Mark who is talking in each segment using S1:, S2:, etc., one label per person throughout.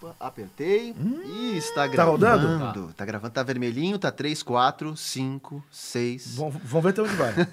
S1: Opa, apertei. Ih, está
S2: tá
S1: gravando.
S2: rodando?
S1: Tá gravando, tá vermelhinho, tá 3, 4, 5, 6.
S2: Vamos, vamos ver até onde vai.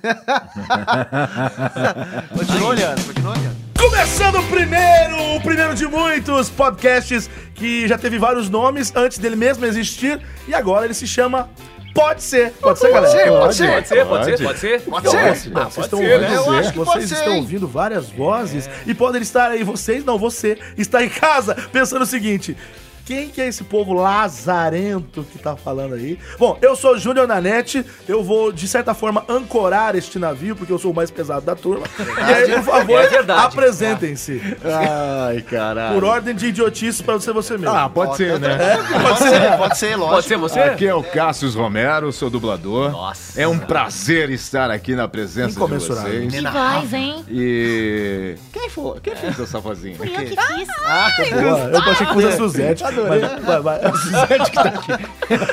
S1: Continua olhando, continua olhando.
S2: Começando o primeiro, o primeiro de muitos podcasts que já teve vários nomes antes dele mesmo existir e agora ele se chama Pode Ser. Pode ser, galera?
S1: pode ser.
S3: É, Pode ser, pode ser, pode ser.
S1: Pode
S2: Então,
S1: ser.
S2: assim,
S3: Ah,
S2: vocês
S3: pode
S2: estão
S3: ser,
S2: ouvindo,
S3: né?
S1: Eu acho que pode
S2: vocês
S1: ser,
S2: estão
S1: hein?
S2: ouvindo várias vozes e podem estar aí, vocês não, você está em casa pensando o seguinte. Quem que é esse povo lazarento que tá falando aí? Bom, eu sou Júnior Nanete, eu vou, de certa forma, ancorar este navio, porque eu sou o mais pesado da turma. E aí, por favor,
S3: É verdade.
S2: apresentem-se.
S4: Ai, caralho.
S2: Por ordem de idiotice pra você você mesmo.
S4: Ah, pode ser,
S3: É.
S4: né?
S1: Pode ser, pode ser, lógico.
S3: Pode ser você?
S4: Aqui é o Cassius Romero, sou dublador.
S3: Nossa.
S4: É um prazer estar aqui na presença de
S2: Incomensurável.
S4: vocês.
S5: Que voz, hein?
S4: E. Quem foi? Quem fez essa vozinha?
S5: Fui eu que fiz.
S6: Ah,
S2: Boa, eu achei que fosse a Suzette. Mas, vai, vai. A Suzette que tá aqui.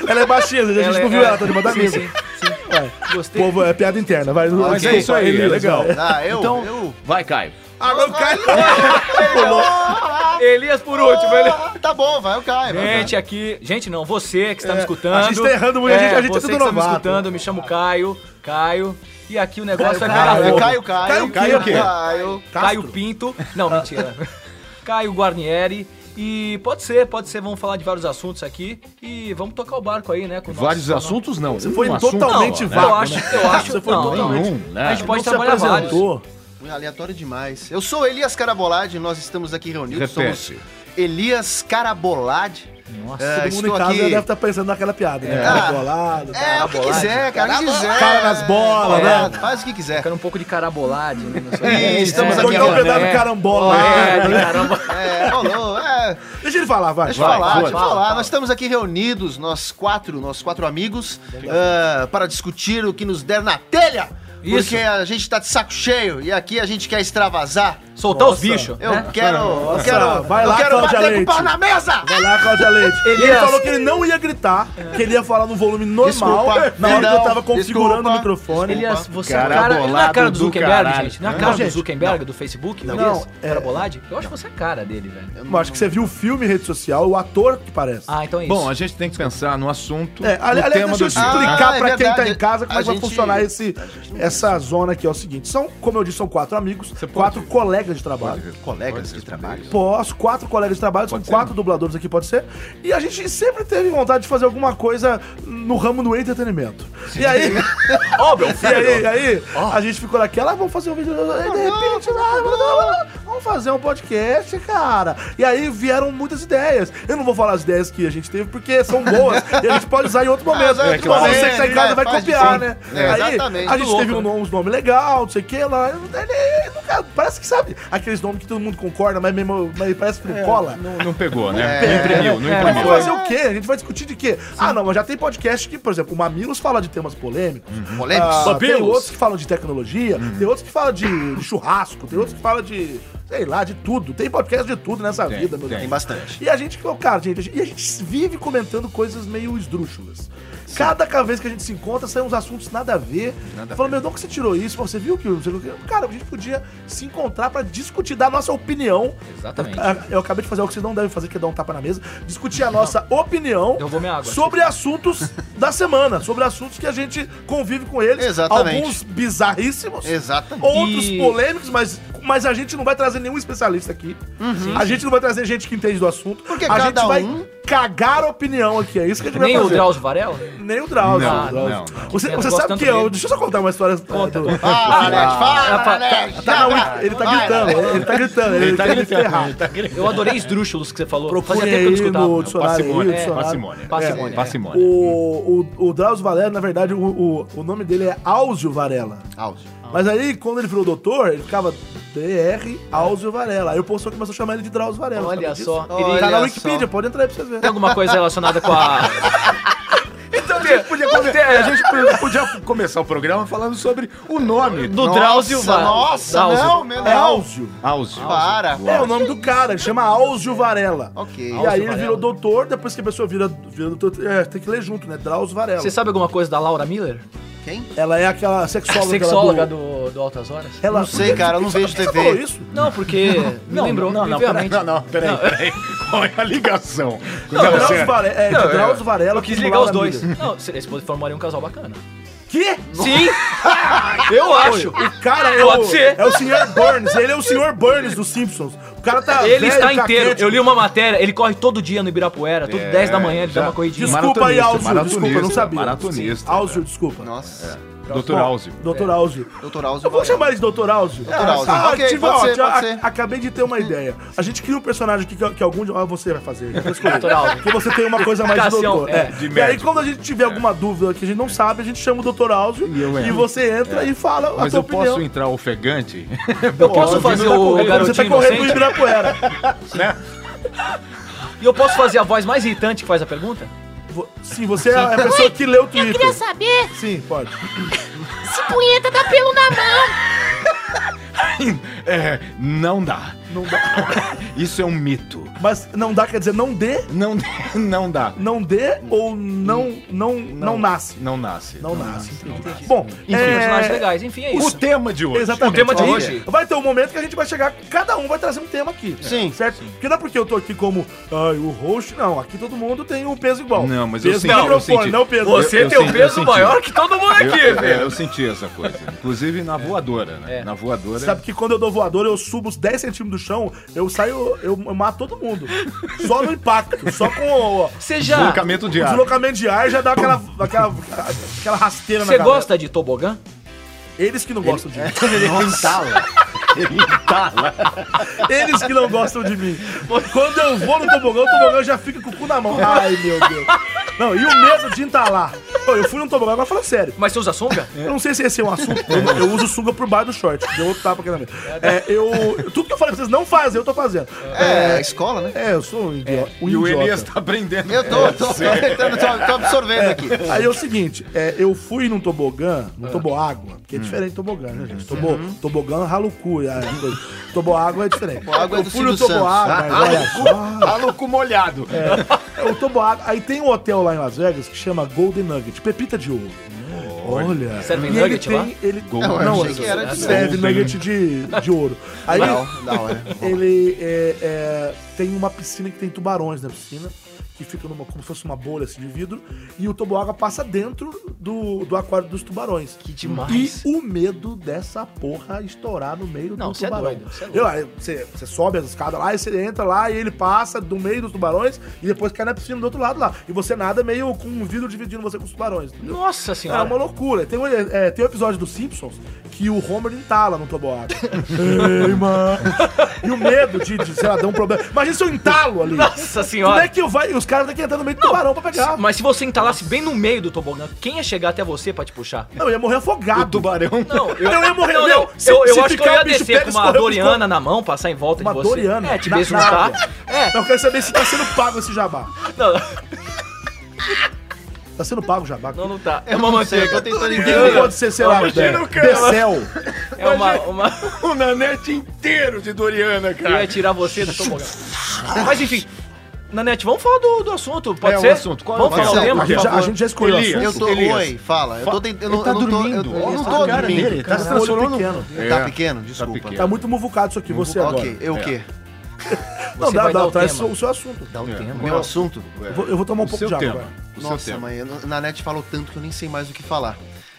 S2: Ela é baixinha, gente, a gente não viu ela, tá de moda
S3: sim,
S2: amigo.
S3: sim, sim. Gostei.
S2: Povo, é piada interna, vai.
S4: Mas é isso aí, é legal.
S1: Ah, eu,
S4: Então-
S1: eu...
S4: Vai, Caio.
S2: Agora o Caio.
S3: Elias por último, ele.
S1: Ah, tá bom, vai, eu caio. vai, vai.
S3: Gente, aqui. Gente, não, você que está me escutando.
S2: a gente tá errando muito, a gente- a gente é
S3: você
S2: tudo
S3: que está me
S2: novato.
S3: escutando, eu me chamo Caio. Caio. E aqui o negócio vai pegar
S1: Caio,
S3: fogo.
S1: é Caio, Caio.
S2: Caio o quê?
S1: Caio.
S3: Caio Pinto. Não, mentira. Caio Guarnieri. E pode ser, pode ser, vamos falar de vários assuntos aqui e vamos tocar o barco aí, né? com o nosso-
S4: Vários
S3: com o nosso-
S4: assuntos não. Você
S2: foi totalmente
S3: Um Não, é.
S2: vago,
S3: eu acho,
S2: né?
S3: eu acho.
S2: Você foi
S3: não,
S2: totalmente-
S4: um Nenhum, né?
S3: A gente pode
S2: Não se
S3: trabalhar vários.
S2: apresentou.
S1: Aleatório demais. Eu sou Elias Carabolade, nós estamos aqui reunidos.
S4: Repete.
S1: Somos Elias Carabolade.
S3: Nossa,
S1: É,
S2: Todo mundo em
S1: estou
S2: casa
S1: aqui.
S2: deve estar pensando naquela piada, né? Cara bolado.
S1: É, o que quiser, cara, o que quiser.
S2: Cara nas bolas,
S1: É,
S2: né?
S1: faz o que quiser.
S3: Ficando um pouco de carabolade, né? não sei.
S1: E estamos
S2: Vamos
S1: aqui
S2: Cortar um
S1: agora.
S2: pedaço
S3: né?
S2: de carambola.
S3: É, de caramba.
S1: É, rolou, é.
S2: Deixa ele falar, vai.
S1: Deixa eu
S4: Vai,
S1: falar,
S4: fala,
S1: deixa eu
S3: fala,
S1: falar.
S3: fala.
S1: Nós estamos aqui reunidos, nós quatro, nós quatro amigos, ah, para discutir o que nos der na telha.
S3: Isso.
S1: Porque a gente tá de saco cheio e aqui a gente quer extravasar.
S3: Soltar os
S2: Nossa.
S3: bichos.
S1: Eu
S3: né?
S1: quero.
S2: É? Nossa,
S1: eu quero.
S2: vai
S1: eu
S2: lá,
S1: quero
S2: Cláudia
S1: bater com o
S2: Leite.
S1: pau na mesa!
S2: Vai lá, Cláudia Leite. E Ele
S3: Elias.
S2: falou que ele não ia gritar, que ele ia falar no volume normal
S1: Desculpa,
S2: na hora que eu
S1: perdão,
S2: tava configurando
S1: desculpa,
S2: o microfone.
S3: Elias, você
S4: Cara
S3: é o cara. Ele não é a cara
S4: bolado
S3: do
S4: do
S3: Zuckerberg,
S4: caralho.
S3: gente. Não é a
S2: Não,
S3: cara do
S2: gente,
S3: Zuckerberg, do Facebook, não,
S2: Não,
S3: Elias?
S2: é-
S3: Carabolade? Eu acho que você é a cara dele, velho.
S2: Eu acho que você viu o filme Rede Social, o ator que parece.
S3: Ah, então é isso.
S4: Bom, a gente tem que pensar no assunto.
S2: É, ali-
S4: no
S2: aliás,
S4: tema
S2: deixa eu
S4: do dia.
S1: né?
S2: explicar
S1: Ah, é
S2: pra quem tá
S1: verdade.
S2: em casa como
S1: A
S2: é que
S1: gente- tá
S2: vai funcionar esse, essa zona aqui. É o seguinte: são, como eu disse, são quatro amigos, quatro colegas de trabalho.
S1: Colegas de trabalho.
S2: Posso, quatro colegas de trabalho, são
S4: Pode ser,
S2: quatro dubladores aqui, pode ser. E a gente sempre teve vontade de fazer alguma coisa no ramo do entretenimento. E aí.
S3: Ó, meu
S2: E aí, e aí a gente ficou naquela, ah, vamos fazer um vídeo. Aí, de repente, lá, vamos fazer um podcast, cara. E aí vieram muitas ideias. Eu não vou falar as ideias que a gente teve, porque são boas e a gente pode usar em outro momento.
S1: é
S2: Mas
S1: claro.
S2: você que tá em casa
S1: É,
S2: vai
S1: faz
S2: copiar,
S1: sim.
S2: né?
S1: É,
S2: aí,
S1: exatamente.
S2: A gente
S3: Louco,
S2: teve um,
S3: né?
S2: uns nomes legais, não sei o que lá. Ele nunca- parece que sabe. Aqueles nomes que todo mundo concorda, mas mesmo mas parece que não cola.
S4: Não, não pegou, né?
S1: pegou.
S4: Não imprimiu, não
S3: É,
S2: Mas vamos
S4: imprimiu.
S2: fazer o quê? A gente vai discutir de quê? Ah, não, mas já tem podcast que, por exemplo, o Mamilos fala de temas polêmicos.
S1: Polêmicos?
S2: Ah, tem
S3: Mamilos.
S2: outros que falam de tecnologia, tem outros que falam de, de churrasco, tem outros que falam de, sei lá, de tudo. Tem podcast de tudo nessa
S4: Tem,
S2: vida, meu
S1: Tem
S4: tem.
S2: Deus.
S1: bastante.
S2: E a gente, cara, gente, a gente- e a gente vive comentando coisas meio esdrúxulas. Cada ca- vez que a gente se encontra, saem uns assuntos nada a ver.
S4: Nada a
S2: Falando, meu, de onde que você tirou isso? Pô, Você viu que. não sei o quê?" Cara, a gente podia se encontrar pra discutir, dar a nossa opinião.
S3: Exatamente.
S2: Ah, Eu acabei de fazer algo que vocês não devem fazer, que é dar um tapa na mesa. Discutir a nossa opinião
S3: Eu vou minha água.
S2: sobre assuntos da semana, sobre assuntos que a gente convive com eles.
S1: Exatamente.
S2: Alguns bizarríssimos.
S1: Exatamente.
S2: Outros
S3: E-
S2: polêmicos, mas, mas a gente não vai trazer nenhum especialista aqui. A gente não vai trazer gente que entende do assunto.
S1: Porque
S2: a
S1: Uhum. cada
S2: gente vai
S1: um-
S2: cagar a opinião aqui. É isso que a gente
S3: Nem
S2: vai
S3: o
S2: fazer.
S3: Drauzio Varela?
S2: Nem o Drauzio.
S4: Não,
S2: o Drauzio.
S4: não, não.
S2: Você,
S3: Eu
S2: você
S3: gosto
S2: sabe
S3: tanto
S2: que eu.
S3: dele.
S2: Deixa eu só contar uma história.
S3: Conta,
S2: do-
S3: conta.
S1: Fala, Nerd,
S3: Ah,
S1: fala,
S3: tá-
S1: Nerd.
S2: Tá na
S1: já,
S2: Wiki- ele tá
S1: vai.
S2: gritando, ele tá gritando, ele, tá gritando. Ferrar.
S3: Eu adorei esdrúxulos que você falou.
S2: Procurem
S3: Fazia tempo que eu não
S2: aí
S3: escutava.
S2: no dicionário.
S4: Parcimônia,
S2: aí,
S4: é,
S2: dicionário.
S4: parcimônia.
S3: Parcimônia,
S4: É,
S3: é.
S4: Parcimônia.
S2: O, o, o Drauzio Varela, na verdade, o, o, o nome dele é Áuzio Varela.
S1: Áudio.
S3: Ah.
S2: Mas aí, quando ele virou doutor, ele ficava DR Áuzio Varela. Aí o pessoal começou a chamar ele de Drauzio Varela.
S3: Olha
S2: sabe
S3: só.
S2: disso?
S3: Ele-
S2: Tá na
S1: Olha
S2: Wikipedia,
S1: só.
S2: pode entrar aí pra vocês
S3: Tem
S2: verem.
S3: alguma coisa relacionada com a...
S4: Então a gente podia, come- a gente podia começar o programa falando sobre o nome
S3: Do
S1: Nossa,
S3: Drauzio Varela.
S1: Nossa,
S3: Drauzio.
S1: não, meu
S2: É
S1: não.
S2: Áuzio.
S4: Áuzio.
S1: Para.
S2: É o nome do cara, ele chama Áuzio Varela.
S1: Ok.
S2: E
S1: Áuzio
S2: aí ele
S3: Varela.
S2: virou doutor, depois que a pessoa vira, vira doutor, é, tem que ler junto, né? Drauzio Varela.
S3: Você sabe alguma coisa da Laura Miller?
S1: Quem?
S2: Ela é aquela sexóloga, lá
S3: Sexóloga do, do, do, do Altas Horas?
S2: Ela-
S1: Não sei, cara, eu não vejo
S2: Você
S1: TV.
S2: falou isso?
S3: Não, porque me
S5: Não,
S3: lembrou,
S5: não, não,
S3: obviamente.
S4: Não, Ah. não, peraí,
S3: Não.
S4: peraí. Qual é a ligação?
S2: Não,
S4: Zé
S2: Drauzio
S4: Lucena.
S2: Varela. É,
S3: Não,
S2: não,
S3: eu-
S2: Drauzio Varela
S3: Eu quis
S2: com
S3: ligar os
S2: Laura
S3: dois.
S2: Miller.
S3: Não, se eles formaria um casal bacana.
S2: Que?
S3: Sim! eu acho!
S2: O cara é
S3: Pode
S2: o,
S3: ser.
S2: é o Sr. Burns. Ele é o Sr. Burns dos Simpsons. O cara tá
S3: Ele está
S2: caquético.
S3: inteiro. Eu li uma matéria, ele corre todo dia no Ibirapuera, todo 10 da manhã ele
S4: já.
S3: dá uma corridinha.
S4: Desculpa.
S2: É, Desculpa aí,
S4: Maratonista,
S2: Alzio. Desculpa, eu não
S4: maratonista,
S2: sabia.
S4: maratonista,
S2: Sim, Alzio,
S4: é.
S2: desculpa.
S1: Nossa.
S4: Doutor
S2: Bom,
S4: Alzio.
S2: Doutor Alzio.
S1: Doutor Alzio.
S2: É. Eu vou chamar ele de Doutor Áuzio.
S1: Doutor Áuzio.
S2: Ah,
S1: Ok,
S2: tive-
S1: pode
S2: ó,
S1: ser,
S2: tia-
S1: pode ser.
S2: a- Acabei de ter uma ideia. A gente cria um personagem aqui que, que algum de ah, você vai fazer. eu vou escolher.
S3: Doutor Áuzio.
S2: Que você tem uma coisa mais de
S3: Cassião,
S2: doutor.
S3: é,
S2: É.
S4: de
S2: e aí,
S4: médico.
S2: quando a gente tiver alguma dúvida que a gente não sabe, a gente chama o Doutor Áuzio
S4: E eu
S2: e,
S4: entro.
S2: você entra e fala a
S4: Mas
S2: sua
S4: eu
S2: opinião.
S4: posso entrar ofegante?
S3: Eu posso fazer
S2: Você tá
S3: o
S2: correndo, Você
S3: garotinho
S2: tá correndo do
S3: inocente?
S2: Ibirapuera.
S4: né?
S3: E eu posso fazer a voz mais irritante que faz a pergunta?
S2: Vo- Sim, você é a pessoa que leu o Twitter.
S6: Eu queria saber
S2: Sim, pode.
S6: se punheta dá pelo na mão.
S4: É, não dá. Não dá. Isso é um mito.
S2: Mas não dá, quer dizer, não dê,
S4: Não, não dá.
S2: não dê ou não, não, não, nasce.
S4: Não nasce.
S2: Não, nasce. entendi. Bom,
S3: Enfim, personagens legais, enfim, é
S4: O
S3: isso.
S4: tema de hoje.
S2: Exatamente.
S3: O tema de
S2: Ó,
S3: hoje.
S2: Vai ter um momento que a gente vai chegar, cada um vai trazer um tema aqui.
S1: Sim.
S2: Certo? Porque não é porque eu tô aqui como ai, o host, não. Aqui todo mundo tem um peso igual.
S4: Não, mas eu
S2: peso
S4: senti,
S2: do
S4: eu
S2: microfone,
S4: senti.
S2: não peso.
S4: Você Eu- eu tem um senti, peso eu senti. maior
S3: que todo mundo
S4: Eu, é, eu senti essa coisa. Inclusive na voadora, né?
S3: É.
S4: Na voadora.
S2: Sabe que quando eu dou voador, eu subo os 10 centímetros do chão, eu saio, eu mato todo mundo. Só no impacto, só com o, o
S3: Você já.
S4: um Ah, Deslocamento de ar.
S2: deslocamento de ar já dá aquela, aquela, aquela rasteira
S3: Você
S2: galera.
S3: gosta de tobogã?
S2: Eles que não gostam de mim.
S4: Ele entala.
S2: Eles que não gostam de mim. Quando eu vou no tobogão, o tobogão já fica com o cu na mão. Ai, meu Deus. Não, e o medo de entalar. Pô, eu fui no tobogão, agora fala sério.
S3: Mas você usa sunga?
S2: Eu não sei se esse é um assunto. Eu, eu uso sunga por baixo do short. Deu outro tapa aqui na mesa. É, eu, tudo que eu falei pra vocês não fazem, eu tô fazendo.
S1: É, a escola, né?
S2: É, eu sou um idiota. Um
S4: E o
S2: idiota.
S4: Elias tá aprendendo.
S1: Eu tô, tô, tô, tentando, tô, tô absorvendo tá aqui.
S2: Aí é o seguinte, é, eu fui num tobogã, num toboágua, que é diferente do tobogã, né, gente? Tobo, Tobogã rala o cu. é, Toboágua é diferente.
S1: Toboágua é
S2: eu
S1: do
S2: fui no
S1: Silvio Santos.
S2: toboágua, olha só.
S4: Maluco molhado.
S2: É o tobo água. Aí tem um hotel lá em Las Vegas que chama Golden Nugget, Pepita de Ouro. Olha.
S3: Serve
S2: E
S3: nugget
S2: ele
S3: lá?
S2: tem, Ele...
S4: Golden.
S2: Não,
S1: Eu
S2: não
S1: achei que era de
S2: serve
S4: Golden.
S2: nugget de, de ouro. Aí
S1: Não, não, é.
S2: ele é, é, tem uma piscina que tem tubarões na piscina, que fica numa, como se fosse uma bolha assim, de vidro, e o toboágua passa dentro do, do aquário dos tubarões.
S3: Que demais.
S2: E o medo dessa porra estourar no meio
S3: Não,
S2: do
S3: cê é
S2: tubarão.
S3: doido, cê é
S2: Eu- aí Você você sobe as escadas lá, e você entra lá, e ele passa do meio dos tubarões, e depois cai na piscina do outro lado lá. E você nada meio com um vidro dividindo você com os tubarões. entendeu?
S3: Nossa
S2: É uma
S3: senhora.
S2: loucura. Tem um, é, tem um episódio dos Simpsons que o Homer entala no toboágua. Ei, mano. E o medo de, de, sei lá, dar um problema. Imagina se eu entalo ali.
S3: Nossa
S2: Como é
S3: senhora.
S2: que eu vai? Os caras daqui entrando no meio do tubarão pra pegar.
S3: Mas se você entalasse bem no meio do tobogã, quem ia chegar até você pra te puxar?
S2: Não, eu ia morrer
S4: O
S2: afogado.
S4: tubarão.
S3: Não,
S2: Eu ia morrer,
S3: não, não.
S2: meu.
S3: Eu,
S2: Se-
S3: eu
S2: se
S3: acho que eu
S2: ficar,
S3: ia
S2: o bicho
S3: descer
S2: pega,
S3: com uma
S2: escorrega,
S3: Doriana na mão, passar em volta
S2: Uma
S3: de você.
S2: Doriana?
S3: É, te
S2: Na-
S3: besuntar.
S2: na água.
S3: É.
S2: Eu quero saber se tá sendo pago esse jabá.
S3: Não,
S2: Tá sendo pago o jabá?
S3: não,
S2: Não,
S3: não tá. É
S1: Eu
S3: uma
S1: não sei, eu tô
S3: manteiga.
S1: tentando
S2: não
S1: entender.
S2: pode ser, sei lá,
S4: Imagina o cara.
S2: Becel.
S3: É uma, uma...
S4: O Nanete inteiro de Doriana,
S3: Eu ia
S4: cara.
S3: tirar você do tobogã. Mas enfim, Nanete, vamos falar do, do assunto, pode
S4: É, o
S3: ser?
S4: assunto, qual é o
S3: vamos falar o
S1: assunto?
S3: tema,
S2: A
S3: por
S2: gente, já, a
S3: favor.
S2: gente já escolheu o
S4: Elias.
S2: assunto.
S1: Eu tô.
S4: Elias.
S1: Oi, fala. Eu tô tentando.
S4: é assim. Ele tá
S1: eu não tô-
S4: dormindo.
S1: Eu, eu
S4: Olha
S1: não
S4: essa
S1: tô
S4: cara
S1: dormindo.
S4: dele, ele tá
S1: cara.
S4: se
S2: Tá com o olho
S4: transformando-
S2: pequeno.
S1: Tá
S4: É.
S1: pequeno? Desculpa.
S4: pequeno.
S2: Tá muito muvucado isso aqui, você agora.
S1: Ok,
S4: É.
S1: eu o quê?
S2: Não,
S3: Você
S2: dá,
S3: vai
S2: dá,
S3: dar o
S2: traz
S3: tema.
S2: o seu assunto.
S3: Dá
S4: um
S3: o tema.
S1: Meu assunto?
S2: Eu vou, eu vou tomar um
S4: O
S2: pouco
S4: seu
S2: de água.
S4: tema.
S2: vai.
S4: O seu
S1: Nossa,
S4: tema.
S1: mãe, eu- na net falou tanto que eu nem sei mais o que falar.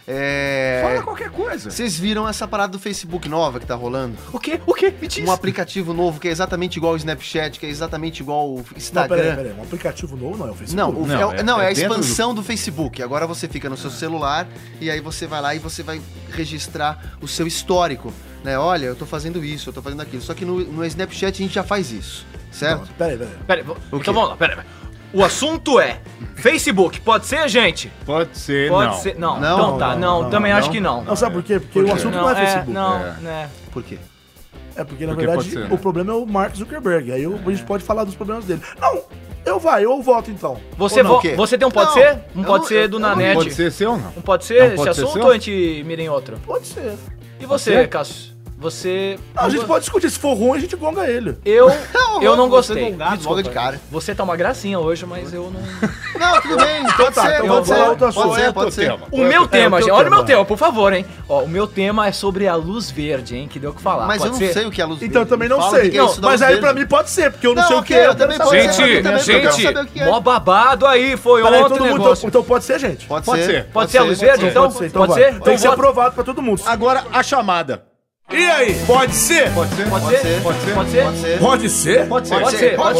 S1: É.
S4: Fala qualquer coisa.
S1: Vocês viram essa parada do Facebook nova que tá rolando?
S3: O quê? O quê? Me diz.
S1: Um aplicativo novo que é exatamente igual ao Snapchat, que é exatamente igual ao
S2: Não, peraí,
S1: Instagram.
S2: peraí. Um aplicativo novo não é o Facebook.
S1: Não, o-
S4: Não,
S1: é,
S4: é-
S1: não, é,
S4: é
S1: a
S4: dentro do-
S1: expansão do Facebook. Agora você fica no seu celular e aí você vai lá e você vai registrar o seu histórico. Né? Olha, eu tô fazendo isso, eu tô fazendo aquilo. Só que no, no Snapchat a gente já faz isso, certo?
S2: Não, Peraí, peraí.
S3: Pera, aí, vo-
S1: O quê?
S3: então vamos lá, pera, aí, pera. aí. O assunto é Facebook, pode ser, gente?
S4: Pode ser,
S3: Pode
S4: não.
S3: ser. Não,
S1: Não,
S3: então tá, não, também acho que não.
S2: Não, sabe por quê? Porque
S4: Por
S2: o
S4: quê?
S2: assunto não, é Facebook.
S3: não,
S4: É.
S3: né?
S1: Por quê?
S2: É porque, na
S4: Porque
S2: verdade,
S4: pode ser, né?
S2: o problema é o Mark Zuckerberg. Aí eu- a gente pode falar dos problemas dele. Não, eu vai, eu voto então.
S3: Você,
S1: Ou não,
S3: vo-
S1: o quê?
S3: você tem um pode
S1: Não,
S3: ser? Um
S1: eu
S3: pode
S1: não-
S3: ser
S1: eu-
S3: do
S1: eu não-
S3: Nanete.
S4: Pode ser seu ou não?
S3: Um pode ser
S4: Não
S3: esse
S4: pode ser
S3: assunto
S4: seu?
S3: ou a gente mira em outro?
S2: Pode ser.
S3: E você,
S4: ser?
S3: Cássio? Você.
S2: a gente pode discutir, se for ruim, a gente gonga ele.
S3: Eu,
S1: Não,
S3: eu não
S1: logo você
S3: gostei.
S1: não gasta,
S3: Me desculpa.
S1: logo de cara.
S3: Você tá uma gracinha hoje, mas eu não.
S1: Não, tudo bem, pode
S2: tá,
S1: ser,
S2: então
S1: pode
S2: vamos lá,
S1: ser,
S2: outro
S1: pode ser,
S2: assunto. Qual é o
S1: pode
S4: teu
S1: ser.
S4: tema?
S3: O meu
S2: o
S3: tema,
S2: teu
S3: gente. Olha o meu
S2: tema.
S3: tema, por favor, hein? Ó, o meu tema é sobre a luz verde, hein? Que deu o que falar.
S1: Mas
S3: Pode
S1: eu não
S3: ser?
S1: sei o que é a luz
S2: Então eu
S1: verde.
S2: também não
S1: Fala o
S2: sei.
S1: que é
S2: Não,
S1: isso da luz
S2: mas aí
S1: verde.
S2: pra mim pode ser, porque eu não, sei o que
S1: ok,
S2: é.
S1: eu também
S2: quero
S1: pode ser,
S2: saber.
S4: Gente,
S1: eu também
S4: gente.
S1: quero saber o que é.
S3: Mó babado aí, foi
S2: Peraí,
S3: ontem
S2: todo
S3: o
S2: mundo-
S3: negócio.
S2: então pode ser, gente?
S1: Pode
S4: Pode
S1: ser,
S4: ser.
S1: pode
S3: Pode ser a luz
S1: pode
S3: verde,
S1: ser.
S3: então?
S2: Pode ser, então
S3: Pode
S2: vai.
S3: ser?
S2: Tem
S3: Então
S2: que ser
S3: vota.
S2: aprovado pra todo mundo.
S4: Agora a chamada.
S2: E aí? Pode ser?
S4: Ah, Pode ser?
S3: Pode ser?
S4: Pode ser?
S3: Pode ser?
S1: Pode ser.
S2: Pode ser?
S4: Pode
S3: ser, pode
S4: Pode
S3: ser, pode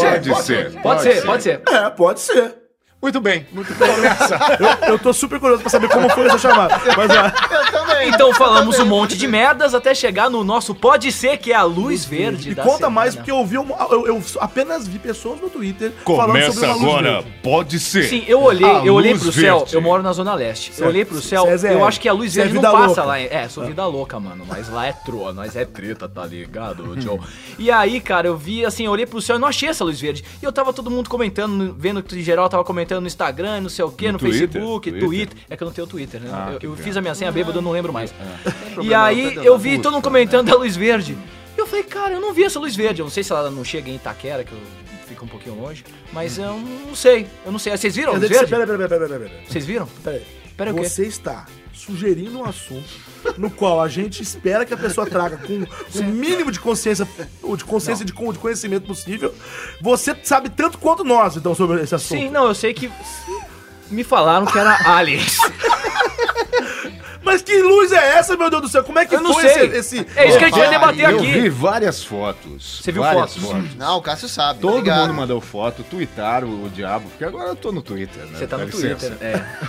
S4: ser.
S3: ser. Pode ser, pode ser.
S2: É, pode ser.
S4: Muito bem. Muito bem. Começa.
S2: Eu, eu tô super curioso pra saber como foi essa chamada. Mas, ah,
S1: Eu também.
S3: Então falamos um monte de merdas até chegar no nosso pode ser, que é a luz verde.
S2: e
S3: da
S2: conta
S3: semana.
S2: mais, porque eu vi uma, eu, eu apenas vi pessoas no Twitter falando sobre
S5: Começa
S2: uma luz
S5: agora,
S2: verde.
S5: pode ser.
S3: Sim, eu olhei,
S5: A
S3: eu olhei
S5: luz
S3: pro céu,
S5: verde.
S3: eu moro na Zona Leste. Eu olhei pro céu,
S2: Cê é zero.
S3: eu acho que a luz
S2: Cê é
S3: verde não
S2: vida
S3: passa
S2: louca.
S3: lá. É, sou vida louca, mano. Mas lá é troa, nós é treta, tá ligado, Joe? E aí, cara, eu vi assim, eu olhei pro céu e não achei essa luz verde. E eu tava todo mundo comentando, no- vendo que em geral tava comentando no Instagram, não sei o que, no,
S5: Twitter,
S3: Facebook, Twitter.
S5: Twitter.
S3: É que eu não tenho Twitter, né? eu
S4: que
S3: eu
S4: pena.
S3: fiz a minha senha bêbada, eu não lembro mais. E
S1: problema,
S3: aí
S1: perdeu,
S3: eu
S1: tá
S3: vi
S1: puto.
S3: todo mundo comentando da luz verde. Eu falei, cara, eu não vi essa luz verde. Eu não sei se ela não chega em Itaquera, que eu fico um pouquinho longe. Mas eu não sei. Eu não sei. Vocês viram a luz
S2: Quer dizer Uhum. que você- Peraí, peraí,
S3: É verde?
S2: peraí, peraí, peraí.
S3: Vocês viram?
S2: Peraí.
S3: Peraí, o quê?
S2: Você está sugerindo um assunto no qual a gente espera que a pessoa traga com o mínimo de consciência, ou de consciência de, con- de conhecimento possível. Você sabe tanto quanto nós, então, sobre esse assunto.
S3: Sim, não, eu sei que. Me falaram que era aliens.
S2: Mas que luz é essa, meu Deus do céu? Como é que
S3: Eu não
S2: foi
S3: sei.
S2: esse. esse-
S3: É isso que a gente vai
S4: Cara,
S3: debater
S4: Eu vi
S3: aqui.
S4: várias fotos.
S3: Você viu
S4: várias
S3: fotos?
S1: Não, o Cássio sabe. tá
S4: Todo
S1: obrigado.
S4: mundo mandou foto, twitaram o diabo, porque agora eu tô no Twitter, né?
S3: Você tá
S4: Dá
S3: no
S4: licença.
S3: Twitter.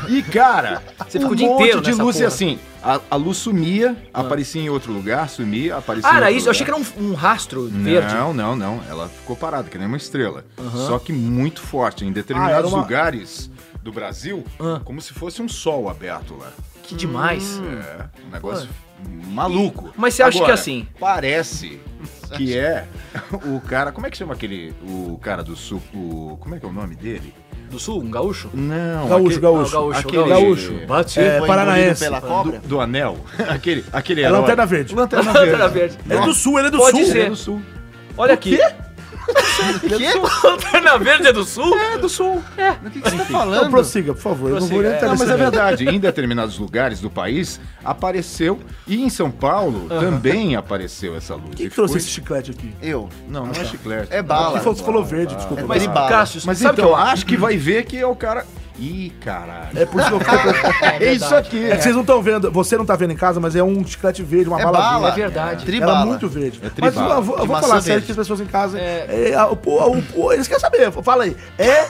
S3: É.
S4: E, cara,
S3: Você
S4: um
S3: fica o dia
S4: monte
S3: inteiro
S4: de
S3: nessa
S4: luz e
S3: porra.
S4: assim, a, a luz sumia, aparecia em outro lugar, sumia, aparecia
S3: Ah,
S4: em
S3: era
S4: outro
S3: isso? Eu achei que
S4: lugar.
S3: era um, um rastro verde.
S4: Não, não, não. Ela ficou parada, que nem uma estrela. Só que muito forte. Em determinados
S2: uma-
S4: lugares do Brasil,
S3: Ah.
S4: como se fosse um sol aberto lá.
S3: Que demais.
S4: É, um negócio maluco.
S3: Ah. Mas você acha que é assim?
S4: Parece que é o cara. Como é que chama aquele. O cara do sul. o- como é que é o nome dele?
S3: Do sul? Um gaúcho?
S4: Não.
S2: Gaúcho,
S4: aquele-
S2: gaúcho.
S3: Não,
S4: aquele-
S2: gaúcho.
S3: Bate.
S2: É,
S1: Foi engolido
S2: paranaense.
S1: pela cobra?
S4: Do anel. aquele. aquele
S2: É
S4: herói.
S2: Lanterna Verde.
S4: Lanterna Verde.
S3: Lanterna verde.
S2: Ele é do sul, ele é do
S3: Pode
S2: sul.
S3: ser.
S4: Ele é do sul.
S3: Olha aqui.
S1: Que?
S3: Lanterna verde é do sul?
S4: É do sul.
S1: Do que, que você tá
S2: Não,
S1: falando?
S2: Então, prossiga, por favor. eu não vou
S3: Prossiga,
S2: nem
S3: é.
S2: entrar
S4: Não,
S2: nesse
S4: mas é
S2: negócio.
S4: verdade. Em determinados lugares do país apareceu e em São Paulo também apareceu essa luz.
S2: Quem
S4: E
S2: que trouxe
S4: ficou-
S2: esse chiclete aqui?
S1: Eu.
S4: Não, não é chiclete.
S1: É bala.
S2: Você falou- você falou verde, desculpa.
S3: Ah, Mas,
S1: Tribala.
S3: Cássio,
S4: Mas
S3: sabe o
S4: então,
S3: que eu acho?
S4: acho que vai ver que é o cara. Ih, caralho.
S2: É por isso que eu fico preocupado.
S4: É, isso
S3: verdade.
S4: aqui.
S2: É que vocês não estão vendo, você não tá vendo em casa, mas é um chiclete verde, uma
S1: É
S2: bala,
S1: bala.
S3: É
S2: verde.
S3: verdade.
S1: Tribala.
S2: Ela é muito verde. mas eu,
S4: tribala.
S2: vou- eu
S1: De
S2: vou
S1: maçã
S2: falar sério
S1: verde.
S2: que as pessoas em casa.
S3: É.
S2: é, a- o po- o po- eles querem saber, fala aí. É,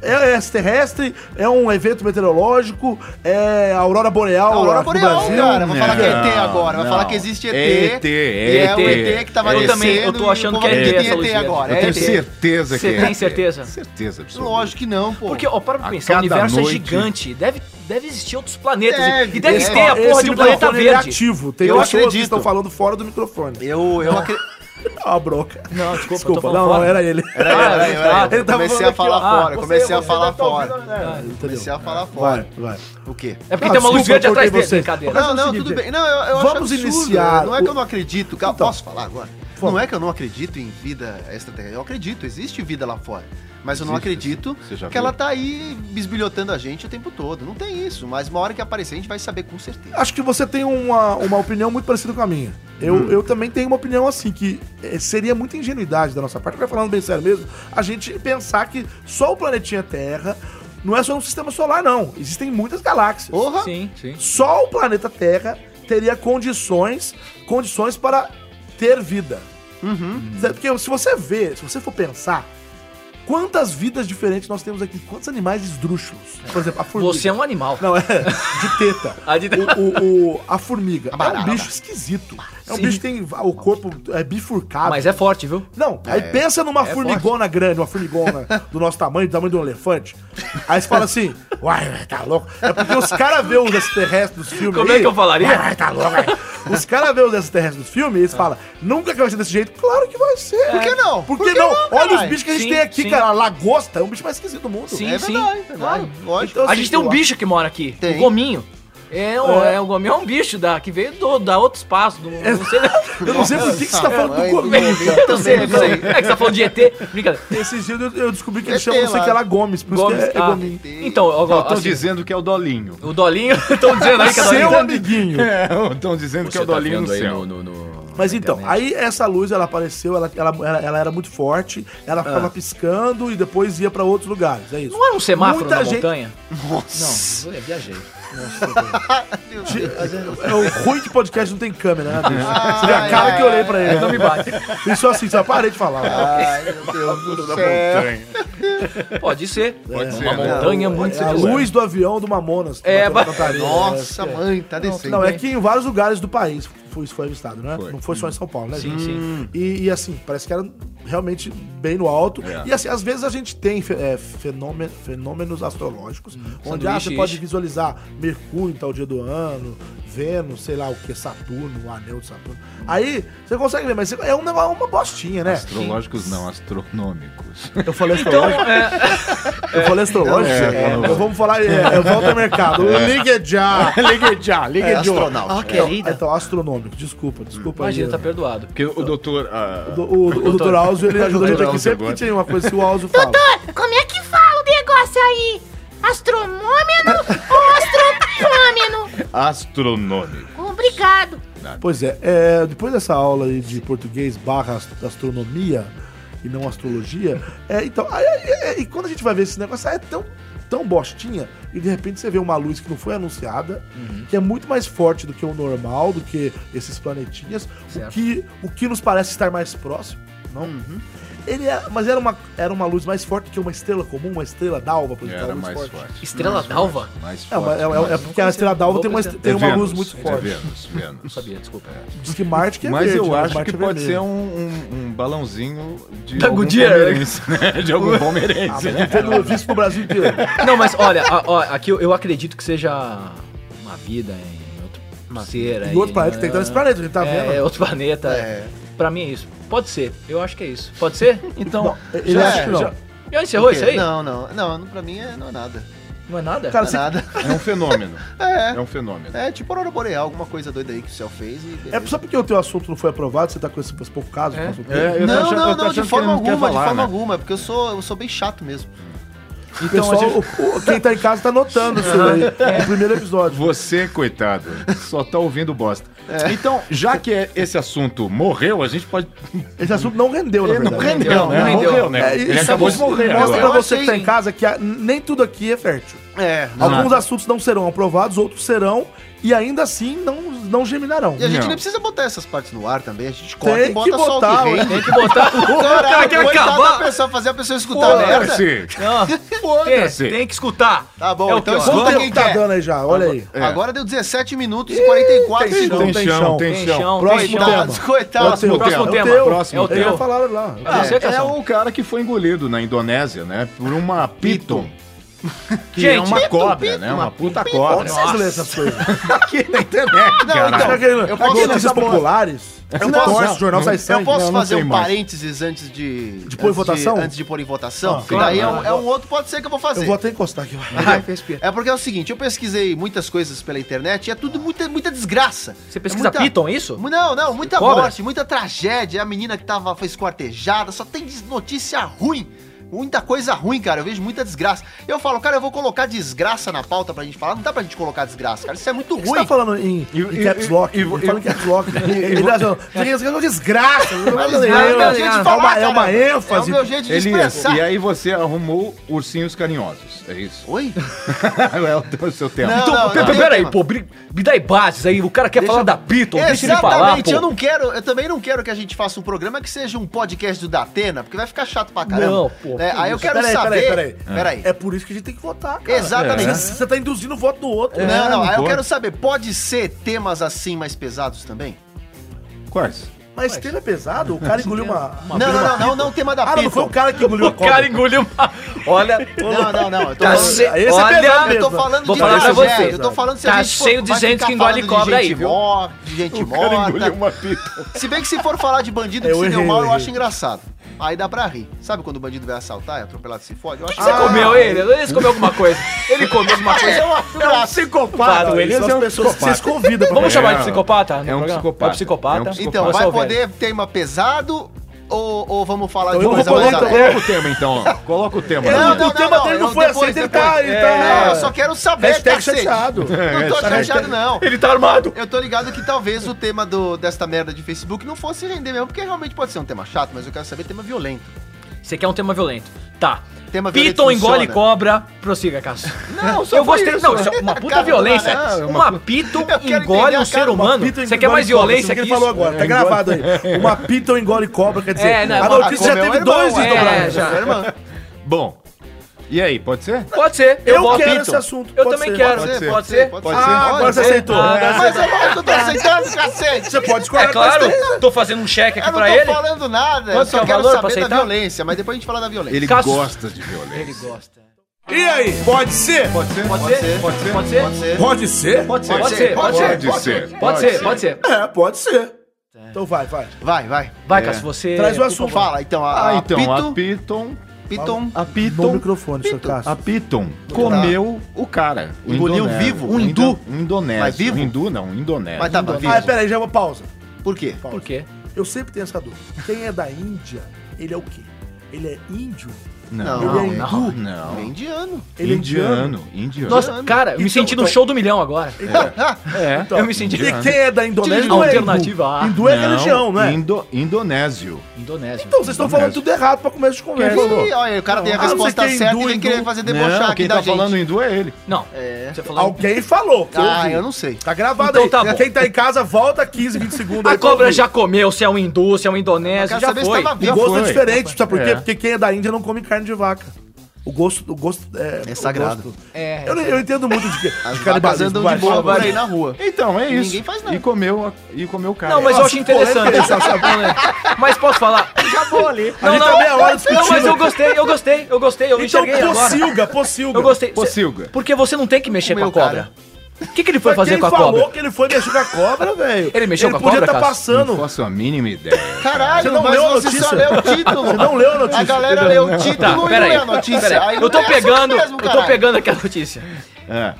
S2: é extraterrestre? É um evento meteorológico? É a Aurora Boreal?
S1: Aurora
S2: aqui do
S1: Boreal,
S2: Brasil?
S1: cara. Vai falar que é ET
S4: Não,
S1: agora. Vai
S4: não.
S1: falar que existe ET.
S4: É ET,
S1: e
S4: é
S1: é o
S4: ET
S1: ET que tava
S4: Eu
S3: também, eu tô
S1: descendo e o
S3: achando
S1: povo
S3: que é
S1: acredita
S3: ET essa
S1: em
S3: luz
S1: ET
S3: verde.
S1: agora.
S4: Eu
S1: É
S4: tenho
S1: ET.
S4: certeza que
S3: Você
S4: é.
S3: tem
S4: ET.
S3: certeza?
S4: Certeza, absoluta.
S1: Lógico que não, pô.
S3: Porque, ó, para pra
S4: A
S3: pensar, o
S4: cada
S3: universo é
S4: noite-
S3: gigante. Deve, deve existir outros planetas.
S1: Deve,
S3: e deve
S1: deve.
S3: ter a
S2: Esse
S3: porra de um planeta
S2: microfone, ele É
S3: verde.
S2: ativo. Tem
S1: Eu
S2: pessoas que
S1: acredito.
S2: estão falando fora do microfone.
S1: Eu, eu acredito.
S2: Ó a broca.
S3: Não, desculpa, eu tô
S2: Desculpa,
S3: falando
S2: não,
S3: fora.
S2: não, era ele.
S1: Peraí, peraí,
S3: Ah,
S1: peraí.
S2: ele tava
S1: Comecei a
S2: falando aqui,
S1: falar
S3: ó. Ah,
S1: fora. Comecei a falar fora.
S2: fora. Entendeu?
S1: Comecei é a falar
S2: Vai,
S1: fora.
S2: vai.
S1: O quê?
S3: É porque
S2: Não,
S3: tem uma luz
S2: desculpa,
S3: verde
S2: eu cortei
S3: atrás dele,
S2: você.
S3: brincadeira.
S2: Mas é
S1: Não,
S2: o
S1: não,
S2: seguinte,
S1: tudo bem. Não, eu, eu acho
S2: vamos
S1: absurdo.
S2: iniciar
S1: Não é que
S2: o-
S1: eu não acredito. Cara,
S2: Então.
S1: posso falar agora?
S2: Fala.
S1: Não é que eu não acredito em vida extraterrestre. Eu acredito, existe vida lá fora. Mas eu não
S4: Existe,
S1: acredito
S4: você já
S1: que
S4: viu?
S1: ela tá aí bisbilhotando a gente o tempo todo. Não tem isso. Mas uma hora que aparecer, a gente vai saber com certeza.
S2: Acho que você tem uma, uma opinião muito parecida com a minha. Eu, eu também tenho uma opinião assim, que eh, seria muita ingenuidade da nossa parte, porque falando bem sério mesmo, a gente pensar que só o planetinha Terra não é só um sistema solar, não. Existem muitas galáxias.
S1: Porra!
S3: Sim, sim.
S2: Só o planeta Terra teria condições, condições para ter vida. Sabe, Porque se você ver, se você for pensar, quantas vidas diferentes nós temos aqui, quantos animais esdrúxulos. Por exemplo, a formiga.
S3: Você é um animal.
S2: Não, é. De teta.
S3: A um de-
S2: O, o- o- a formiga.
S1: A barata.
S2: é um bicho esquisito. É um
S3: Sim.
S2: bicho que tem o corpo é bifurcado.
S3: Mas é forte, viu?
S2: Não, aí pensa numa
S1: é
S2: formigona grande, uma formigona do nosso tamanho, do tamanho de um elefante. Aí você fala assim, uai, tá louco. É porque os caras vê os extraterrestres dos filmes.
S3: Como é que eu falaria?
S2: Uai, tá louco. uai." Os caras vê os extraterrestres dos filmes e eles falam, nunca que vai ser desse jeito. Claro que vai ser. É.
S1: Por que não?
S2: Por que,
S1: Por que
S2: não?
S1: não,
S2: Olha os
S1: caralho?
S2: bichos que a gente
S3: Sim,
S2: tem aqui,
S3: sim.
S2: cara. A lagosta é um bicho mais esquisito do mundo.
S3: Sim,
S1: É
S3: sim.
S1: verdade, é verdade.
S3: Claro.
S1: Lógico.
S2: Então,
S3: A
S2: assim,
S3: gente tem um
S2: eu
S3: bicho que mora aqui,
S1: Tem.
S3: o gominho. É, o- é, o Gominho é um bicho da, que veio do, da outro espaço. Do, não sei,
S2: Eu não sei por que, que você tá falando do
S1: mãe do
S2: Gomes.
S1: Gomes.
S3: eu não sei, eu não sei. É que você tá falando de ET? Brincadeira.
S2: Esses dias eu- eu descobri que
S1: É
S2: ele chama não sei
S1: pelado.
S2: que lá Gomes, por
S3: Gomes,
S2: isso que é, é
S3: ah,
S2: Gominho.
S3: Então, agora,
S4: Estão
S3: assim,
S4: dizendo que é o Dolinho.
S3: o Dolinho, estão dizendo aí que é
S2: Seu
S3: Dolinho.
S2: amiguinho.
S4: É, estão dizendo que é o Dolinho no
S3: aí
S4: céu.
S3: no- no-
S2: Mas
S3: na
S2: então,
S3: internet.
S2: aí essa luz ela apareceu, ela, ela, ela, ela era muito forte, ela ficava piscando e depois ia pra outros lugares. É isso.
S3: Ah. Não era um semáforo
S2: Muita
S3: na
S2: gente-
S3: montanha? Nossa. Não, eu viajei.
S2: É o ruim de podcast não tem câmera, né, bicho? Você vê a
S1: Ah, Ai,
S2: cara
S1: ai,
S2: que eu olhei pra ele.
S3: Não me
S2: né?
S3: bate.
S2: Isso assim, só parei de falar.
S1: Ai, meu Deus do céu.
S3: Pode ser.
S4: Pode ser,
S3: Uma
S4: né?
S3: montanha muito
S2: É a
S3: circular.
S2: luz do avião do Mamonas. que
S3: É,
S2: bateu na
S3: mas-
S2: Cantareira.
S1: Nossa,
S2: É.
S1: mãe, tá descendo.
S2: Não, é que em vários lugares do país foi, isso foi avistado, né?
S4: Foi.
S2: Não foi só em São Paulo, né,
S3: Sim,
S2: gente?
S3: sim.
S2: E, e assim, parece que era realmente bem no alto.
S4: É.
S2: E assim, às vezes a gente tem fe- é, fenômen- fenômenos astrológicos, onde ah,
S3: Hum, sanduíche,
S2: você pode
S3: isso.
S2: visualizar Mercúrio em tal dia do ano, Vênus, sei lá o que, Saturno, o anel de Saturno. Aí você consegue ver, mas é um negócio, uma bostinha,
S4: É.
S2: né?
S4: Astrológicos não, astronômicos.
S2: Eu falei
S3: Então,
S2: astrológico,
S3: é,
S2: eu falei astrológico.
S4: É, é,
S2: eu vamos falar, é, eu volto ao mercado. Ligue já! Ligue já, ligue
S1: É
S2: já.
S1: astronauta.
S2: Ah, querida. Então, astronômico, desculpa, desculpa.
S3: imagina,
S2: aí,
S3: tá perdoado.
S4: Porque o doutor. ah,
S2: Do- O, o, doutor Alzo, ele ajuda a gente
S4: Doutor
S2: aqui
S4: Alzo
S2: sempre que
S4: agora.
S2: tinha uma coisa que o Alzo fala.
S6: Doutor, como é que fala o negócio aí? Astronômeno ou astropâmeno?
S4: astronômico.
S6: Obrigado.
S2: Pois é, é, depois dessa aula aí de português barra ast- astronomia e não astrologia, é, então, aí- aí- é, e quando a gente vai ver esse negócio, aí é tão, tão bostinha, e de repente você vê uma luz que não foi anunciada, que é muito mais forte do que o normal, do que esses planetinhas, o
S3: Certo.
S2: que, o que nos parece estar mais próximo, não? Ele é- mas era uma, era uma luz mais forte que uma estrela comum, uma estrela d'alva, por exemplo.
S4: Era
S2: uma luz
S4: mais
S2: forte.
S4: É, forte.
S3: Estrela d'alva?
S4: Mais forte.
S2: É, mas é, é- é porque a Estrela d'Alva tem uma,
S3: É
S2: tem uma luz muito
S4: É
S2: forte.
S4: Vênus, Vênus.
S3: Não sabia, desculpa.
S2: Diz que Marte que é
S4: Mas
S2: verde,
S4: eu
S2: né?
S4: acho
S2: Marte
S4: que
S2: é
S4: pode ser
S2: vermelho.
S4: um, um- um balãozinho de
S3: Da
S4: algum
S3: Goodyear.
S4: palmeirense, né? De algum
S2: Ah,
S4: palmeirense,
S2: mas
S4: né?
S2: não foi no- visto pro Brasil inteiro.
S3: Não, mas olha, a- ó, aqui eu, eu acredito que seja uma vida em outro uma ser aí,
S2: Em outro planeta, tem
S3: né?
S2: que estar nesse planeta, a gente tá
S3: é,
S2: vendo.
S3: é outro planeta.
S1: É.
S3: Pra mim é isso. Pode ser. Eu acho que é isso. Pode ser? Então.
S2: Ele
S1: Já
S2: acha
S1: é,
S2: que não.
S1: já-
S3: Já encerrou isso aí?
S1: Não, não, não, pra mim é, não é nada.
S3: Não é nada?
S2: Cara,
S1: Não é nada.
S4: É um fenômeno. É
S1: É,
S4: um fenômeno.
S1: é tipo aurora boreal, alguma coisa doida aí que o céu fez e beleza.
S2: É só porque o teu assunto não foi aprovado, você tá com esse esse pouco caso.
S3: É.
S2: com assunto
S4: É, eu tô
S1: Não,
S4: achando-
S1: não,
S4: eu tô
S1: não,
S4: achando
S1: de
S4: que
S1: forma
S4: ele não quer
S1: alguma, de
S4: falar,
S1: forma
S4: né?
S1: alguma, é porque eu sou, eu sou bem chato mesmo.
S3: Então,
S2: O pessoal, o- o- quem tá em casa tá notando isso aí, no primeiro episódio.
S4: Você, coitado, só tá ouvindo bosta. Então, já que é- esse assunto morreu, a gente pode.
S2: Esse assunto não rendeu, na verdade.
S3: rendeu, né? Não rendeu.
S4: Morreu, né?
S2: É,
S4: Ele
S2: isso
S4: acabou
S2: é
S4: de
S2: bom.
S4: morrer.
S2: Mostra pra
S4: agora.
S1: Eu
S2: você que tá
S1: achei-
S2: em casa que a- nem tudo aqui é fértil.
S1: É,
S2: Alguns assuntos não serão aprovados, outros serão, e ainda assim não, não germinarão.
S1: E a gente
S4: Não.
S1: nem precisa botar essas partes no ar também, a gente corta
S2: Tem
S1: e bota
S2: que
S1: só
S2: botar,
S1: o que rende.
S3: Tem que botar. o cara quer
S1: coitado da
S3: acabar.
S1: pessoa, fazer a pessoa escutar a merda.
S4: Foda-se!
S3: Não, tem,
S4: Foda-se!
S3: tem que escutar.
S1: Tá bom,
S3: É o
S1: então
S3: que eu-
S1: escuta
S2: Quanto
S1: quem
S2: tempo tá
S1: quer.
S2: dando aí já? Olha aí.
S4: É.
S1: Agora deu 17 minutos e 44
S2: tem
S1: segundos.
S2: chão, tem chão.
S4: tá
S3: Tem chão, tem
S2: Próximo
S3: chão.
S2: tema.
S1: Coitados, coitados.
S2: É o
S3: Próximo
S2: teu.
S3: tema.
S2: É o teu.
S4: Próximo
S2: Eles
S3: tema.
S2: já falaram lá.
S3: Ah, você que
S4: É
S3: achou.
S4: o cara que foi engolido na Indonésia, né? Por uma piton. Que é
S3: Gente,
S4: uma
S1: piton,
S4: cobra,
S1: piton,
S4: né? Uma
S1: uma
S4: puta
S1: piton.
S4: cobra.
S2: Onde vocês lêem essas coisas?
S4: Aqui na internet,
S1: Não,
S4: cara.
S1: então,
S2: Será Ah, que ele-
S1: eu posso-
S2: notícias populares? É
S1: Eu
S2: um
S1: posso-
S2: torce, o jornal sai
S1: Eu
S2: sangue. né?
S1: posso
S4: não
S1: fazer
S4: tem
S1: um
S4: mais.
S1: parênteses antes de.
S2: De pôr em
S1: antes
S2: votação?
S1: Antes de pôr em votação?
S2: Ah,
S1: Porque
S3: claro.
S1: daí é um, é um outro, pode ser que eu vou fazer.
S2: Eu vou até encostar aqui.
S3: Ai, Ah, fez pia.
S1: É porque é o seguinte, eu pesquisei muitas coisas pela internet e é tudo muita, muita desgraça.
S3: Você pesquisa
S1: é muita-
S3: Python, isso?
S1: Mu- Não, não, muita
S3: Cobra?
S1: morte, muita tragédia. É A menina que tava, foi esquartejada, só tem des- notícia ruim. Muita coisa ruim, cara. Eu vejo muita desgraça. Eu falo, cara, eu vou colocar desgraça na pauta pra gente falar. Não dá pra gente colocar desgraça, cara. Isso é muito
S2: Você
S1: ruim.
S2: tá falando em, em
S4: e-
S2: caps lock?
S4: e-
S2: ele
S4: e-
S2: fala em caps lock. Ele tá falando, "Criança, é uma desgraça. não
S1: Mas é
S2: valeu".
S1: o meu jeito de
S2: É uma-
S1: falar,
S2: É uma
S1: cara.
S2: ênfase.
S1: É o meu jeito de
S4: Elias,
S1: expressar.
S4: e aí você arrumou ursinhos carinhosos, é isso?
S1: Oi?
S4: é o teu- o seu tema.
S1: Não,
S3: Então,
S1: É, não,
S3: pe-
S1: não,
S3: pe-
S1: tem
S3: peraí,
S1: tema.
S3: pô, bri- me dá aí bases aí. O cara quer
S1: Deixa
S3: falar
S1: eu-
S3: da Python, deixa ele falar,
S1: Exatamente,
S3: pô.
S1: eu não quero, eu também não quero que a gente faça um programa que seja um podcast do Datena, porque vai ficar chato pra caramba.
S3: Não, pô,
S1: É,
S3: que
S1: aí eu
S3: isso.
S1: quero
S2: Peraí,
S1: saber.
S2: peraí, peraí.
S1: Peraí.
S2: É por isso que a gente tem que votar, cara.
S1: Exatamente. É.
S2: Você- Você tá induzindo o voto do
S3: É,
S2: outro. né?
S1: Não, não,
S4: não
S1: aí eu
S4: pode.
S1: quero saber, pode ser temas assim mais pesados também?
S4: Quais?
S2: Mas tema é pesado, o cara engoliu uma...
S1: Não, não, não, não, não, tema da
S2: Ah, não, não foi
S3: um
S2: o
S1: Python.
S2: cara que engoliu a
S3: O cara engoliu uma... Olha,
S1: Não, não, não, eu tô
S3: Tá
S1: falando-
S3: cheio-
S2: Esse é
S3: olha,
S2: pesado
S1: Eu
S2: mesmo.
S1: tô falando
S3: Vou
S1: de
S3: falar pra
S1: tragédia,
S3: vocês.
S1: Eu tô falando se
S3: Tá
S1: a gente for-
S3: cheio de
S1: vai
S3: gente
S1: ficar
S3: que engole
S1: falando de
S3: cobra aí,
S1: gente
S3: viu?
S1: morta, De gente
S4: O cara engoliu
S1: morta.
S4: uma pita.
S1: Se bem que se for falar de bandido
S2: Eu
S1: que se deu
S2: errei,
S1: mal,
S2: eu
S1: eu
S2: errei.
S1: acho engraçado. aí dá pra rir. Sabe quando o bandido vai assaltar e atropelado se fode? Eu acho
S3: Você
S1: que
S3: comeu ele? Ele comeu alguma coisa. Ele comeu alguma coisa.
S2: É um
S1: Ah,
S3: psicopata.
S2: Ele
S4: Elias
S2: é
S4: é um
S2: pessoas que vocês
S4: psicopata.
S2: convidam pra
S3: Vamos chamar de
S4: É,
S3: psicopata? no
S4: é um
S3: programa?
S4: psicopata.
S3: É um psicopata.
S4: É um psicopata.
S1: Então,
S3: Mas
S1: vai
S3: é o velho.
S1: poder tema pesado ou, ou vamos falar de
S2: Eu
S4: Então,
S1: coisa
S2: vou
S1: mais
S2: colocar-
S1: alegre?
S4: Coloca o tema, então. Coloca o tema.
S1: Não,
S2: Não,
S1: não,
S2: o tema
S1: não,
S2: dele
S1: eu
S2: não foi
S1: depois,
S2: aceito, ele tá.
S1: depois. É,
S2: Ele
S1: Não, eu
S2: tá.
S1: só quero saber,
S2: Hashtag É.
S1: cacete.
S2: chateado.
S1: Não tô
S2: Hashtag-
S1: chateado, não.
S3: Ele tá armado.
S1: Eu tô ligado que talvez o tema do, desta merda de Facebook não fosse render mesmo, porque realmente pode ser um tema chato, mas eu quero saber tema violento.
S3: Você quer um tema violento. Tá.
S1: Tema violento
S3: Piton engole
S1: funciona.
S3: cobra. Prossiga, Cássio.
S1: Não,
S3: eu gostei. Não, isso é uma puta
S1: Cara,
S3: violência.
S1: não, não, é
S3: uma Piton
S1: Eu quero
S3: engole
S1: entender a
S3: um ser
S1: cara, uma
S3: humano.
S2: Piton
S3: Você quer
S2: engole
S3: mais
S2: cobra,
S3: violência
S2: foi o
S3: que
S2: ele
S3: isso?
S2: falou agora, tá gravado aí. Uma Piton engole cobra, quer dizer,
S3: É, não,
S2: a
S3: uma-
S2: notícia já
S1: comeu
S2: teve
S1: irmão,
S2: dois
S1: é,
S2: desdobrados.
S3: já.
S4: Bom, e aí, pode ser?
S3: Pode ser.
S2: Eu
S3: voto
S2: quero
S3: Piton.
S2: esse assunto,
S3: Eu
S2: pode
S3: também
S2: ser,
S3: quero.
S1: pode ser,
S3: Pode ser?
S1: pode
S4: ser.
S2: Ah, agora
S1: Pode
S2: você
S1: ser.
S2: aceitou.
S3: Ah,
S2: É.
S1: Mas é bom que eu tô aceitando, cacete.
S2: Você pode escolher.
S3: É claro. Tô fazendo um cheque aqui
S1: Eu não
S3: pra
S1: tô
S3: ele.
S1: falando nada, eu
S3: Quanto que é
S1: só
S3: o
S1: quero saber
S3: valor pra
S1: da
S3: aceitar?
S1: violência, mas depois a gente fala da violência.
S4: Ele
S3: Cássio-
S4: gosta de violência.
S3: Ele gosta.
S2: E aí, pode ser?
S4: Pode ser?
S3: Pode ser?
S4: Pode ser?
S3: Pode ser?
S1: Pode ser.
S2: Pode ser?
S3: Pode ser,
S1: Pode
S3: pode
S1: ser,
S3: ser, pode ser.
S4: Pode ser.
S3: Pode ser, pode ser.
S2: É, pode ser. Então vai, vai.
S1: Vai, vai.
S3: Vai,
S4: É.
S3: Cássio, você.
S2: Traz o
S1: Por favor.
S2: assunto.
S1: Fala, então, a,
S4: Ah, então, a
S1: Piton,
S4: Piton...
S1: Piton
S4: A
S2: No
S4: Piton...
S2: microfone, seu
S4: A
S2: Cássio.
S4: Piton comeu o cara. o
S1: Engoliu
S4: indonésio.
S1: vivo?
S4: Tá. Um hindu? Um indonésio.
S1: Mas vivo?
S4: Um hindu não, um indonésio.
S1: Mas tá, mas
S2: Ah,
S1: vivo.
S2: peraí, já é uma pausa.
S1: Por quê?
S3: Por quê?
S2: Eu sempre tenho essa dúvida. Quem é da Índia, ele é o quê? Ele é índio?
S1: Não,
S2: ele é
S1: não,
S2: hindu?
S1: Ele é
S4: Não.
S1: indiano.
S2: Ele é indiano?
S4: Indiano. Indiano.
S3: Nossa, cara, eu me
S2: Então,
S3: senti no
S2: então-
S3: show do milhão agora.
S4: É.
S2: Então,
S3: Eu me senti-
S2: E quem é da Indonésia
S3: Indiano.
S2: não é hindu.
S3: Alternativa A.
S2: Hindu é religião, não é?
S4: Indo, indonésio.
S3: Indonésia.
S2: Então, vocês estão falando tudo errado pra começo de
S1: Ih,
S2: conversa.
S1: olha, o cara tem a
S2: Ah, não sei
S1: resposta
S2: quem é
S1: certa
S2: hindu,
S1: e vem querer
S2: hindu.
S1: fazer debochar
S4: não,
S1: aqui
S4: quem
S1: da
S4: tá
S1: gente.
S4: falando hindu é ele.
S3: Não.
S1: É.
S3: Você falou.
S2: Alguém falou. que
S1: Ah,
S2: ouviu.
S1: eu não sei.
S2: Tá gravado
S3: Então
S2: aí.
S3: tá bom.
S2: Quem tá em casa, volta 15, 20 segundos
S3: A
S2: aí pra
S3: cobra
S2: ouvir.
S3: já comeu, se é um hindu, se é um
S1: Eu
S3: indonésio,
S1: quero
S3: já
S1: saber
S3: foi.
S1: se tava
S2: O
S1: vivo.
S2: gosto é
S4: foi.
S2: diferente, sabe por quê?
S4: É.
S2: Porque quem é da Índia não come carne de vaca. O gosto, o gosto é,
S1: É sagrado.
S2: o gosto-
S3: É.
S2: Eu, não- eu entendo muito de que
S1: As
S2: de
S1: vacas andam de
S2: vai,
S1: boa
S2: fala,
S1: por aí
S2: vai.
S1: na rua.
S4: Então, é
S1: E
S4: isso.
S1: ninguém faz nada.
S4: E comeu, a- e comeu o cara.
S3: Não, mas eu
S2: Nossa,
S3: acho interessante.
S2: polêmica dessa
S3: mas posso falar? Acabou ali. Não,
S2: gente
S3: não,
S2: tá meia hora
S3: não, mas
S2: discutindo.
S3: eu gostei, eu gostei, eu gostei, eu
S2: Então,
S3: enxerguei agora.
S2: pocilga, pocilga.
S3: Eu gostei.
S4: Ô, Silga.
S3: Porque você não tem que mexer com
S1: Comeu
S3: a cobra. O que, que ele foi
S2: Mas
S3: fazer
S2: quem
S3: com a
S2: falou
S3: cobra?
S2: que ele foi mexer com a cobra, velho?
S3: Ele mexeu com a
S2: Ele
S3: cobra,
S2: podia tá
S3: Cássio?
S4: Não
S2: passando.
S4: faço a mínima ideia.
S1: Caralho,
S2: Você não
S1: mas
S2: leu a
S1: você
S2: notícia?
S1: só leu o título.
S2: Você não leu a notícia?
S1: A galera leu o título
S3: Tá,
S1: e não
S3: peraí.
S1: leu a notícia.
S3: peraí.
S1: Aí
S3: Eu tô
S1: não é assunto
S3: pegando, eu tô
S1: caralho.
S3: pegando aqui a notícia.
S4: É.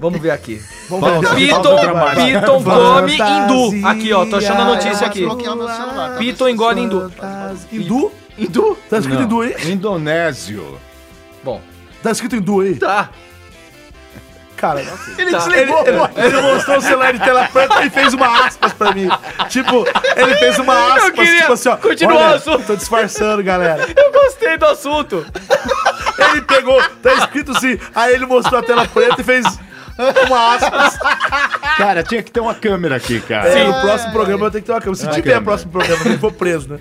S3: Vamos ver aqui.
S2: Vamos ver.
S4: Pausa,
S3: Piton,
S4: pausa dramática.
S3: Piton come hindu.
S2: Fantasia.
S3: Aqui, ó, tô achando a notícia aqui.
S1: Eu vou desbloquear meu celular.
S3: Piton engole hindu.
S2: Hindu?
S3: Hindu?
S2: Tá escrito
S4: Não.
S2: hindu aí?
S4: Indonésio.
S3: Bom,
S2: Tá escrito hindu aí?
S3: tá.
S2: Cara, não
S1: Ele
S3: Tá.
S2: Ele,
S1: desligou.
S2: ele- ele mostrou o celular de tela preta e fez uma aspas pra mim. Tipo, ele fez uma aspas,
S3: queria
S2: tipo assim, ó.
S3: continuar
S2: "Olha,
S3: o assunto."
S2: Tô disfarçando, galera.
S3: Eu gostei do assunto.
S2: Ele pegou, tá escrito assim, aí ele mostrou a tela preta e fez uma aspas.
S4: Cara, tinha que ter uma câmera aqui, cara.
S2: É, no próximo programa eu tenho que ter uma câmera. Se
S4: Uma
S2: tiver
S4: câmera.
S2: próximo programa, ele for preso, né?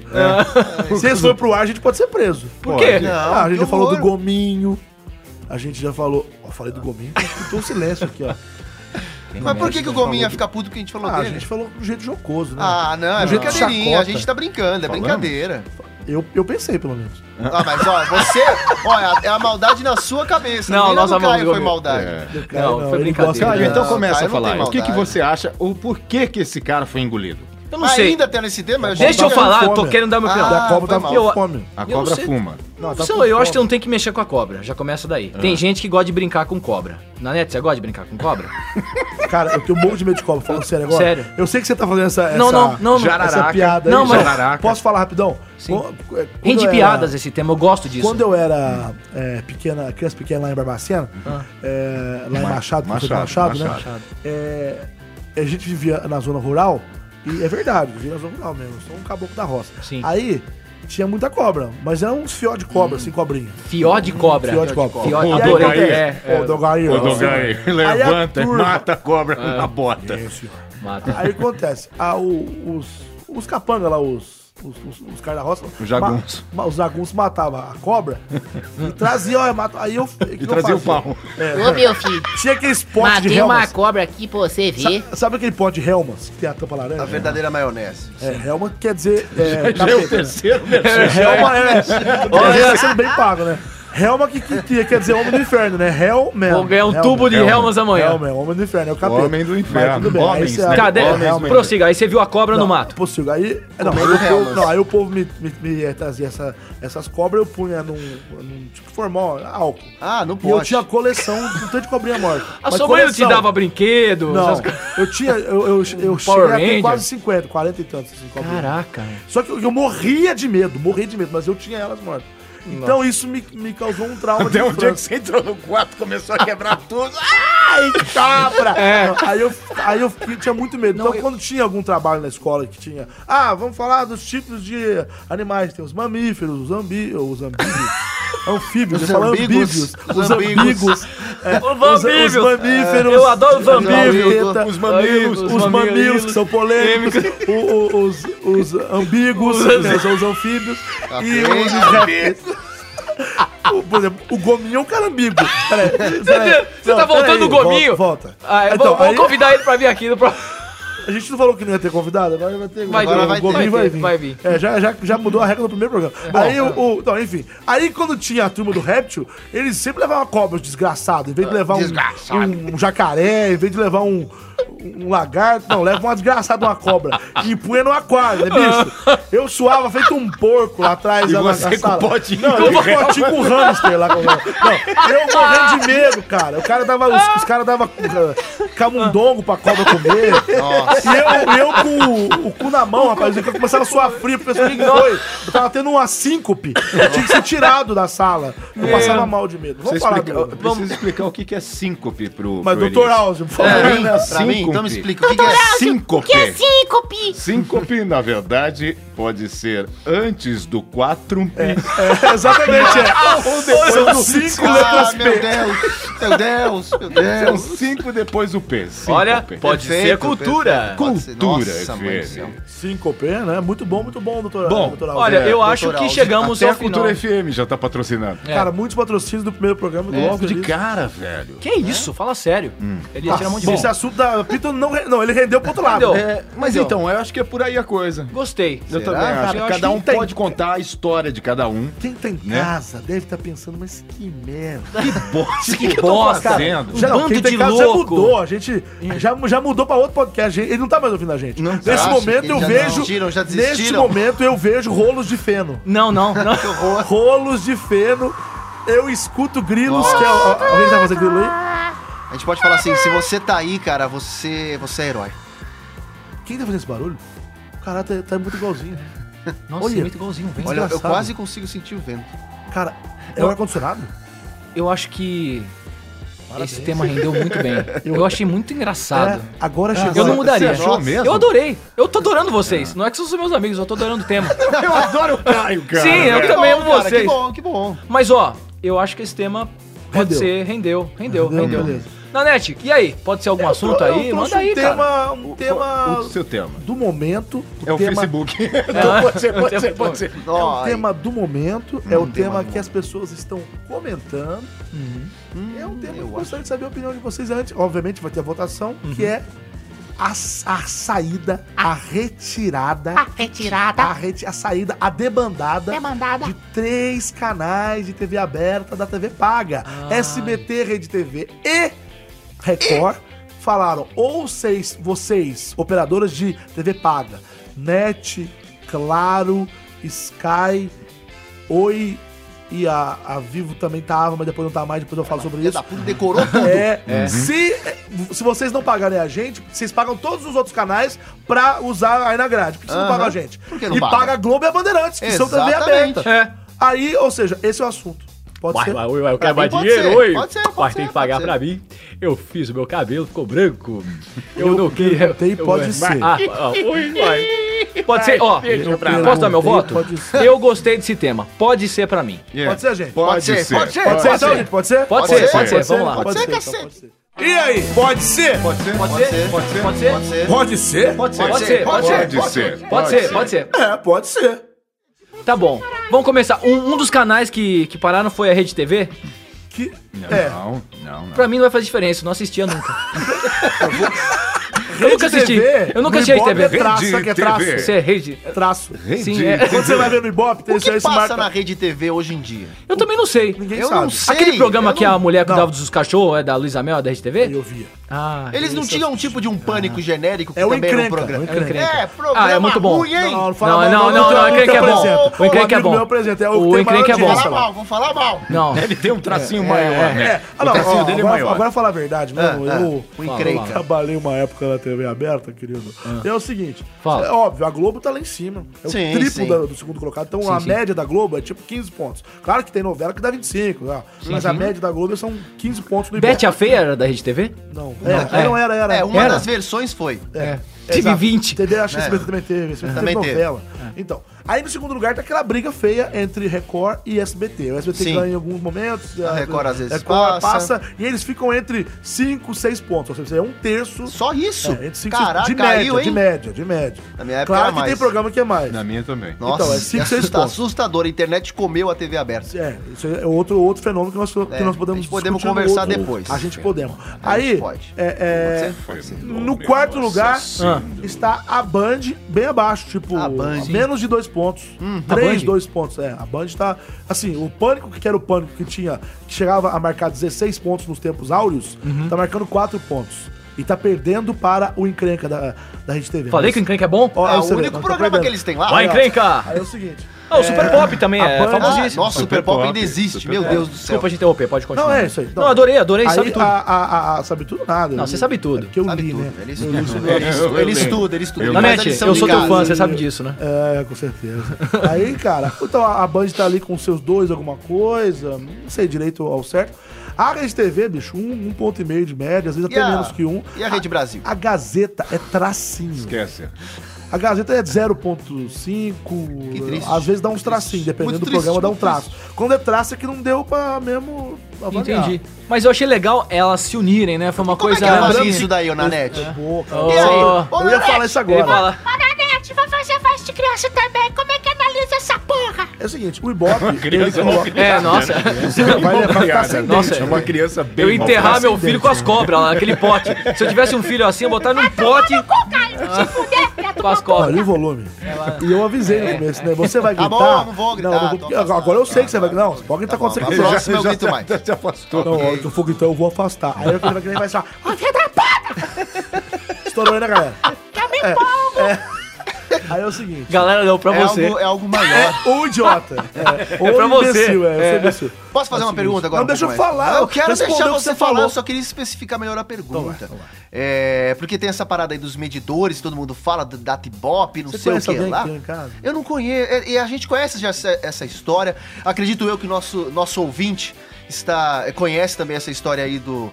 S2: Se eles forem pro ar, a gente pode ser preso.
S3: Por quê?
S4: Pode.
S1: Não,
S2: ah, a gente
S1: que
S2: já falou do
S1: horror.
S2: gominho. A gente já falou. Ó, falei do gominho, escutou um silêncio aqui, ó.
S1: Mas por que, que o Gominho ia
S2: falou
S1: ficar puto porque a gente falou
S2: Ah, a
S1: dele?
S2: gente falou de um jeito jocoso, né?
S1: Ah, não, é
S2: Do jeito que
S1: brincadeirinha. A
S2: chacota.
S1: gente tá brincando, é
S4: Falando?
S1: brincadeira.
S2: Eu, eu pensei, pelo menos.
S1: Ah, mas ó, você. Olha, é a maldade na sua cabeça.
S3: Não,
S1: nem na do
S3: nossa mão,
S1: Caio foi
S3: Gominho.
S1: maldade.
S4: É.
S2: Cara,
S3: Não, foi
S2: ele
S3: brincadeira.
S2: gosta-
S4: Caio, então
S1: Não,
S4: começa
S1: Caio
S4: a
S1: não tem
S4: falar. aí. O que, que
S1: maldade.
S4: você acha ou por que que esse cara foi engolido?
S3: Eu não sei.
S1: Ainda tendo esse tema, eu já
S3: Deixa eu
S1: tô-
S3: falar, eu
S2: tá
S3: tô
S2: fome.
S3: querendo dar meu
S1: Ah,
S3: opinião.
S2: Da cobra
S1: foi
S2: tava
S1: mal.
S2: tá com fome.
S4: A
S3: Eu não
S4: cobra
S3: sei.
S4: fuma.
S2: Não, tá
S3: Sei lá, eu acho que não tem que mexer com a cobra. Já
S2: É.
S3: começa daí. Tem gente que gosta de brincar com cobra. Na net, você gosta de brincar com cobra?
S2: Cara, eu tenho um monte de medo de cobra, falando sério agora.
S3: Sério.
S2: Eu sei que você tá fazendo essa.
S3: não,
S2: essa-
S3: não, não, não.
S4: Jararaca.
S2: Essa piada
S3: Não, mas-
S4: Jararaca.
S2: Posso falar rapidão?
S3: Sim.
S2: Quando- quando
S3: Rende
S2: eu era-
S3: piadas esse tema, eu gosto disso.
S2: Quando eu era é, pequena, criança pequena lá em Barbacena, é, lá em
S4: Ma-
S2: Machado, Machado,
S4: Machado,
S2: Machado, né?
S4: Machado.
S2: É, a gente vivia na zona rural, e é verdade, vivia na zona rural mesmo, eu sou um caboclo da roça.
S3: Sim.
S2: Aí tinha muita cobra, mas era uns fió de cobra, assim, cobrinha.
S3: Fió de cobra.
S2: Fió de cobra.
S3: Fió-
S2: E aí,
S3: adorei.
S2: o que acontece?
S3: É, é.
S2: Ô, Dogaí,
S4: Ô,
S2: ó,
S4: Dogai,
S2: assim, aí a
S4: levanta e
S2: turma-
S4: mata a cobra na bota.
S2: É, senhor.
S3: Mata.
S2: Aí o que acontece? Ah, o- os, os capanga lá, os. Os, os, os caras da roça.
S4: Os jagunços.
S2: ma- ma- os jagunços matavam a cobra e traziam, ó, mata- aí eu. que que
S4: E
S2: eu
S4: trazia o
S2: fazia?
S4: pau.
S6: Ô, meu filho,
S2: Tinha aqueles potes É. de
S6: matei uma
S2: Helmas.
S6: cobra aqui pra você ver.
S2: Sa- sabe aquele pote de Helmas que tem a tampa laranja?
S1: A verdadeira maionese.
S2: É, Helma quer dizer. É,
S4: Tá Já
S2: capeta,
S4: é o
S2: né?
S4: terceiro
S2: Helma é. Olha, já sendo bem pago, né? Helma que, que- que quer dizer homem do inferno, né? Hellman.
S3: Vou ganhar um tubo de
S4: Helma.
S3: Helmas amanhã.
S2: Hellman, homem do inferno, é o capeta.
S4: Homem do inferno.
S2: Mas tudo bem, é
S4: Homens,
S2: aí você-
S4: né?
S3: Cadê?
S4: Homens,
S2: Hellman.
S4: homens.
S3: Prossiga, aí você viu a cobra no mato.
S2: é Possível. Aí, não,
S1: meio
S2: aí o
S1: delas.
S2: povo, não, aí o povo me, me, me, eh, trazia essa- essas cobras, eu punha num, num tipo formol, álcool.
S1: Ah, não
S2: E eu
S1: pode.
S2: tinha coleção de um tanto de cobrinha morta.
S3: A
S2: Mas
S3: sua mãe não te
S2: coleção.
S3: dava brinquedo?
S2: Não,
S3: essas coisas?
S2: eu tinha, eu, eu, eu cheguei
S3: Power
S2: a ter
S3: Ranger?
S2: quase 50, 40 e tantos. Assim, cobrinha.
S3: Caraca.
S2: Só que eu, eu morria de medo, morria de medo, mas eu tinha elas mortas. Então isso me, me causou um trauma
S4: Até um dia que
S2: infância.
S4: você entrou no quarto, começou a quebrar tudo.
S2: cabra. Aí eu, aí eu fiquei- tinha muito medo. Então, quando tinha algum trabalho na escola que tinha. Ah, vamos falar dos tipos de animais. Tem os mamíferos, os, ambi, os ambíbios. Anfíbios,
S1: Os
S2: eu falo
S1: ambíguos,
S2: ambíbios,
S1: os
S2: os
S1: ambíguos.
S2: ambíguos, é,
S3: Os
S2: os, os
S3: ambíbios.
S2: mamíferos,
S3: Eu adoro os
S2: a
S3: ambíbios.
S2: gaveta,
S4: Os mamilos.
S2: os, mamilos, que são polêmicos, o- o- os, os ambíguos, que são os anfíbios, e
S1: Tá bem.
S2: os répteis. O- Por exemplo, o gominho é um carambigo. Peraí, peraí.
S3: Você tá
S2: Não,
S3: voltando
S2: peraí,
S3: o gominho?
S2: Volta. volta.
S3: Ah, eu
S2: Então,
S3: vou, vou
S2: aí-
S3: convidar ele pra vir aqui no próximo.
S2: a gente não falou que não ia ter convidado, agora vai ter.
S3: Vai
S2: agora
S1: ter,
S2: o Gominho
S3: vai
S2: vai,
S3: ter,
S2: vir.
S3: vai vir.
S2: É, já, já, já mudou a regra do primeiro programa. aí o, o- Então, enfim. Aí quando tinha a turma do réptil, eles sempre levavam uma cobra, os desgraçados. Em vez de levar um, um, um jacaré, em vez de levar um, um lagarto, não, leva uma desgraçada, uma cobra. E punha no aquário, né, bicho? Eu suava feito um porco lá atrás
S4: E
S2: da na
S4: você com
S2: sala.
S4: potinho.
S2: Não, eu com potinho com assim? Tipo um hamster lá. Com... Não, eu morrendo de medo, cara. O cara dava, os, os caras davam uh, camundongo pra cobra comer. E eu, eu com o, o cu na mão, rapaz, eu começava a suar frio, porque eu pensei, o que que foi? Eu tava tendo uma síncope, eu tinha que ser tirado da sala. Eu passava mal de medo.
S4: Você
S2: Vamos falar
S4: explica-
S2: do...
S4: Precisa explicar o que que é síncope pro.
S2: Mas,
S4: pro
S2: doutor
S4: Elias.
S2: Alzio, por favor. né?
S1: Pra mim,
S4: É,
S1: pra mim, então me
S4: síncope.
S1: explica o que, que é.
S4: Síncope.
S6: Que é síncope.
S4: Síncope, na verdade, pode ser antes do quatro um
S2: É, exatamente, é. São cinco né? letras
S1: Ah, meu
S2: P.
S1: Deus, meu Deus, meu
S4: São
S1: Deus.
S4: um cinco depois o P. Síncope.
S3: Olha, pode ser
S1: Perfeito,
S3: cultura.
S1: Pode ser.
S4: Cultura,
S1: Nossa, mãe do
S4: FM.
S1: céu.
S2: Cinco P, né? Muito bom, muito bom, doutor,
S4: Bom,
S2: doutor Alzio. É.
S3: Olha, eu
S1: doutor
S3: acho que
S1: Alzio.
S3: chegamos
S4: Até
S3: ao
S4: a Cultura
S3: final.
S4: FM já tá patrocinando.
S3: É.
S2: Cara, muitos patrocínios do primeiro programa do
S4: Logo É, de
S2: Feliz.
S4: cara, velho.
S3: Que isso? Fala sério. Ele ia tirar um monte de
S2: Nossa, esse
S3: Bom,
S2: assunto da Pito não, re- não, ele rendeu pro outro lado.
S3: Rendeu.
S4: É, mas então, eu acho que é por aí a coisa.
S3: Gostei.
S4: Eu
S1: Será,
S4: também
S1: cara?
S4: acho.
S3: Eu acho
S4: cada
S3: que
S4: um
S3: tem-
S4: pode contar a história de cada um.
S2: Quem tá em
S4: Né?
S2: casa deve estar pensando, mas que merda.
S4: Bosta,
S3: que eu tô
S4: fazendo?
S2: Já,
S3: Um
S2: não,
S3: bando
S2: quem tem
S3: de
S2: casa já
S3: louco.
S2: mudou, a gente já, já mudou pra outro podcast, a gente- ele não tá mais ouvindo a gente.
S1: Não
S2: nesse
S1: tá,
S2: momento
S1: eles
S2: eu
S1: já
S2: vejo,
S1: desistiram, já
S2: neste
S1: desistiram.
S2: momento eu vejo rolos de feno,
S3: Não, não, não.
S2: rolos de feno, eu escuto grilos, que é, ó, alguém tá fazendo grilo aí?
S1: A gente pode falar assim, se você tá aí, cara, você, você é herói.
S2: Quem tá fazendo esse barulho? O cara tá, tá muito igualzinho.
S3: Nossa,
S2: Olha.
S3: é muito igualzinho. Vem.
S1: Olha, eu
S2: Desgraçado.
S1: quase consigo sentir o vento.
S2: Cara, é o ar-condicionado?
S3: Eu acho que
S2: Parabéns.
S3: esse tema rendeu muito bem. Eu achei muito
S2: É,
S3: engraçado.
S2: agora chegou.
S3: Tá. Eu não
S2: a-
S3: mudaria.
S4: achou mesmo?
S3: Eu adorei. Eu tô adorando vocês. Não é que vocês são meus amigos, eu tô adorando o tema.
S4: Eu adoro o Caio, cara.
S3: Sim, eu
S4: velho.
S3: também amo
S1: É. cara,
S3: vocês.
S1: Que bom, que bom.
S3: Mas ó, eu acho que esse tema pode
S2: Rendeu.
S3: ser. Rendeu, rendeu,
S2: Rendeu,
S3: rendeu.
S2: beleza.
S3: Nanete, e aí? Pode ser algum assunto
S2: Eu
S3: aí?
S2: trouxe
S3: Manda aí,
S2: um
S3: cara.
S2: tema, um tema
S4: O seu tema.
S2: do momento.
S4: É o
S2: tema,
S4: Facebook. Então pode ser, pode ser, pode ser.
S2: É o
S1: Ai,
S2: tema do momento, é o
S1: tema
S2: tema
S1: do
S2: que as pessoas estão comentando. É um tema que eu
S1: eu
S2: gostaria de saber a opinião de vocês antes. Obviamente vai ter a votação, que é a, s- a saída, a retirada,
S6: A retirada.
S2: a, reti- a saída, a debandada
S6: Demandada.
S2: de três canais de TV aberta da TV paga. SBT, Rede TV e Record falaram ou vocês, vocês, operadoras de TV paga, NET, Claro, Sky, Oi e a, a Vivo também tava, mas depois não tá mais, depois eu falo sobre
S1: filha
S2: isso.
S1: da puta decorou tudo.
S2: É,
S1: Uhum.
S2: se, se vocês não pagarem a gente, vocês pagam todos os outros canais pra usar aí na grade. Por que vocês não
S1: Aham.
S2: pagam a gente?
S1: Por que não
S2: e
S1: paga?
S2: paga a Globo e a Bandeirantes, que É, são TV
S1: Exatamente.
S2: aberta.
S3: É.
S2: Aí, ou seja, esse é o assunto. Pode
S5: Vai,
S2: ser?
S5: vai, vai, eu quero
S1: Pra
S5: mais
S1: mim pode
S5: dinheiro,
S1: ser,
S5: oi.
S1: pode ser, pode
S5: Mas
S1: ser,
S5: tem que
S1: pode
S5: pagar
S1: ser.
S5: pra mim. Eu fiz o meu cabelo, ficou branco. Eu, não
S2: perguntei,
S5: queria.
S2: pode
S5: eu-
S2: ser.
S5: Ah, ah, oi, vai.
S3: Pode ser, ó.
S2: Eu
S3: Ah, Posso dar meu
S2: perguntei,
S3: voto?
S2: Pode ser,
S3: Eu gostei desse tema. Pode ser pra mim.
S4: Yeah.
S2: pode ser gente. Pode,
S1: Pode ser, pode ser.
S2: ser, então, gente, pode ser?
S3: É,
S1: Pode
S3: Pode, ser,
S1: ser,
S3: pode ser,
S2: Pode
S3: vamos lá. é
S1: pode ser,
S2: então,
S1: cacete.
S2: pode ser.
S5: E aí, pode ser?
S4: Pode ser,
S3: Pode ser?
S4: pode ser,
S3: Pode ser?
S1: Pode ser.
S5: Pode ser?
S1: Pode
S3: Pode ser, pode ser.
S4: pode ser.
S3: Pode ser, pode ser.
S2: É, pode ser.
S3: Tá bom. Vamos começar. Um, um dos canais que, que pararam foi a Rede TV.
S2: Que,
S4: Não,
S2: é,
S4: não, não.
S3: Pra mim não vai fazer diferença, eu não assistia nunca. Eu nunca assisti.
S2: TV,
S3: Eu
S2: no
S3: nunca assisti
S2: Ibope
S3: TV.
S2: É traço, que é
S4: Rede
S2: traço.
S4: TV.
S3: Você é rede?
S2: É traço.
S3: Sim, é.
S2: Quando você vai ver no Ibope, tem
S1: O que
S2: esse
S1: passa
S2: marca...
S1: na rede TV hoje em dia?
S3: Eu também não sei.
S2: Ninguém
S1: Eu
S2: sabe.
S1: não sei.
S3: Aquele programa
S1: eu
S3: que
S1: não-
S3: a mulher
S2: Não.
S3: cuidava dos cachorros é da Luísa Mel, da RedeTV?
S2: Eu via.
S3: Ah,
S1: Eles não
S3: isso.
S1: tinham um tipo de um pânico genérico que
S2: Ah. É o
S1: também era um
S2: encrenca,
S1: programa.
S2: o
S3: É o encrenca.
S1: É, programa
S3: Ah, é muito bom.
S1: ruim, hein?
S2: Não,
S3: Não,
S2: fala
S3: não,
S2: mal,
S3: não, não,
S2: tem
S3: o
S2: um
S3: encrenca é
S2: que
S3: bom.
S2: apresenta.
S3: O encrenca é
S2: amigo
S3: bom.
S2: meu apresenta, é
S3: O
S2: que tem
S3: encrenca
S2: maior
S3: é bom.
S2: audiência
S1: Falar
S2: lá.
S1: mal, vamos falar mal.
S3: Não.
S4: Ele tem um tracinho maior, né?
S2: É, ah,
S4: o
S2: não,
S4: tracinho
S2: ó,
S4: dele é
S2: agora,
S4: maior.
S2: agora falar a verdade, mano,
S3: É,
S1: Ah, ah,
S2: eu...
S1: o encrenca.
S2: Trabalhei uma época na TV aberta, querido. É o seguinte,
S3: Ah. Fala.
S2: é óbvio, a Globo tá lá em cima. É o
S1: Sim,
S2: triplo
S1: sim.
S2: da- do segundo colocado. Então a
S3: sim.
S2: média da Globo é tipo 15 pontos. Claro que tem novela que dá 25, tá? mas a média da Globo são 15 pontos do
S3: Bete a Feia era da RedeTV?
S2: Não, era,
S3: é.
S2: não era, era.
S1: É, uma
S3: Era?
S1: das versões foi.
S2: É.
S3: Tive
S2: Exato.
S3: 20.
S2: Entendeu? Acho que
S1: É.
S2: esse SBT também teve. Esse
S1: Também
S2: também teve
S1: teve. É.
S2: novela. Então, aí no segundo lugar tá aquela briga feia entre Record e SBT. O SBT
S1: Sim.
S2: ganha em alguns momentos.
S1: A Record às vezes
S2: Record
S1: passa.
S2: passa. E eles ficam entre 5, 6 pontos. Ou seja, é um terço.
S1: Só isso.
S2: É, entre cinco,
S1: Caraca,
S2: de média,
S1: caiu,
S2: de
S1: hein?
S2: média, de média.
S1: Na minha época
S2: claro
S1: era
S2: que
S1: mais.
S2: tem programa que é mais.
S4: Na minha também.
S1: Nossa,
S2: Então, é cinco,
S1: é
S2: seis
S1: assusta-
S2: pontos.
S1: assustador. A internet comeu a TV aberta.
S2: É, isso é outro, outro fenômeno que nós,
S1: É,
S2: que nós podemos
S1: a gente podemos
S2: discutir no
S1: conversar
S2: outro-
S1: depois.
S2: A gente podemos.
S1: A gente
S2: Aí,
S1: pode.
S2: é, é,
S1: Pode ser? Pode ser.
S2: No quarto lugar
S3: Ah.
S2: está a Band bem abaixo, tipo,
S1: A Band. Hum,
S2: menos de dois pontos.
S3: a
S2: três,
S3: Band?
S2: dois pontos. É, a Band tá. Assim, o pânico que era o pânico que tinha, que chegava a marcar 16 pontos nos tempos áureos,
S1: Uhum.
S2: tá marcando quatro pontos. E tá perdendo para o encrenca da, da Rede TV.
S3: Falei que o encrenca é bom?
S2: Ah,
S1: É o
S2: tá
S1: único programa que eles têm lá.
S3: Vai, encrenca!
S2: Aí é o seguinte.
S3: Ah, o Super Pop também
S2: a
S3: é
S2: banda-
S1: Ah,
S3: famosíssimo.
S1: nossa, Super Pop ainda existe. Meu Deus do céu.
S3: Desculpa te interromper, pode continuar.
S2: Não, é isso aí.
S3: Não, adorei, adorei,
S2: Aí,
S3: sabe tudo.
S2: A, a- a- sabe tudo nada.
S3: Não, você sabe tudo.
S2: É porque eu
S1: Sabe
S2: li,
S1: tudo,
S2: né?
S1: ele
S2: Eu li
S1: estuda.
S2: sobre-
S1: Ele estuda, ele estuda, ele estuda. Mas
S3: Nanete,
S1: eles são
S3: eu sou teu
S1: ligados.
S3: fã, você sabe disso, né?
S2: É, com certeza. Aí, cara, então a a Band tá ali com seus dois, alguma coisa, não sei direito ao certo. A Rede TV, bicho, um, um ponto e meio de média, às vezes
S1: E
S2: até
S1: a-
S2: menos que um.
S1: E a Rede Brasil?
S2: A Gazeta é tracinho.
S4: Esquece.
S2: A Gazeta é 0.5,
S1: Que triste.
S2: às vezes dá uns tracinhos, dependendo
S1: Muito
S2: do programa,
S1: triste,
S2: dá um
S1: muito
S2: traço. Quando é traço é que não deu pra mesmo avaliar.
S3: Entendi. Mas eu achei legal elas se unirem, né? Foi uma
S1: Como é
S3: coisa.
S1: que ela faz isso daí, ô
S2: É,
S1: Nanete?
S2: Pô, cara,
S3: Oh.
S1: E aí? Ô,
S2: eu ia
S1: Nanete,
S2: falar isso
S3: Ele
S2: agora.
S3: fala,
S6: Ô, Nanete, vai fazer voz de criança também. Como é que analisa essa porra?
S2: É o seguinte, o Ibope... ele
S4: Criança é
S2: coloca-
S3: é, nossa.
S2: vai levar
S4: Criada.
S2: transcendente.
S3: Nossa,
S4: é uma criança bem
S3: Eu
S4: mal
S3: enterrar
S4: passada.
S3: meu filho com as cobras lá naquele pote. Se eu tivesse um filho assim, eu botar num pote
S6: Ô, Caio, se fuder, filha do
S3: com as
S2: Olha
S3: cobras.
S2: o volume. E eu avisei no começo, né? Você vai
S1: Tá
S2: gritar.
S1: bom, não vou gritar,
S2: Não,
S1: tô
S2: porque agora eu sei que você vai gritar. Não, você pode gritar
S1: Tá
S2: quando
S1: bom,
S2: você
S1: tá
S2: quiser.
S1: bom. Próximo eu grito mais.
S4: Se afastou.
S2: Não, a hora que eu for gritar, eu vou afastar. Aí a criança vai gritar e vai falar, ó, filha da puta! Estourou aí, né, galera? É, é. Aí é o seguinte.
S3: Galera, não, pra
S1: É
S3: você.
S1: algo, é algo maior.
S2: É ou idiota. É, ou
S3: pra você.
S2: imbecil, é, eu sou imbecil.
S1: Posso fazer
S2: Assim,
S1: uma pergunta agora?
S2: Não, deixa eu
S1: pouco mais?
S2: falar,
S1: Não, Eu
S2: eu
S1: quero
S2: respondeu
S1: deixar
S2: o que
S1: você
S2: você
S1: falar,
S2: falou. Então
S1: eu só queria especificar melhor a pergunta. É, porque tem essa parada aí dos medidores, todo mundo fala do Datibop, não
S2: Você
S1: sei o
S2: conhece
S1: que
S2: alguém
S1: lá.
S2: que tem em casa?
S1: Eu não conheço, é, e a gente conhece já essa, essa história. Acredito eu que nosso, nosso ouvinte está conhece também essa história aí do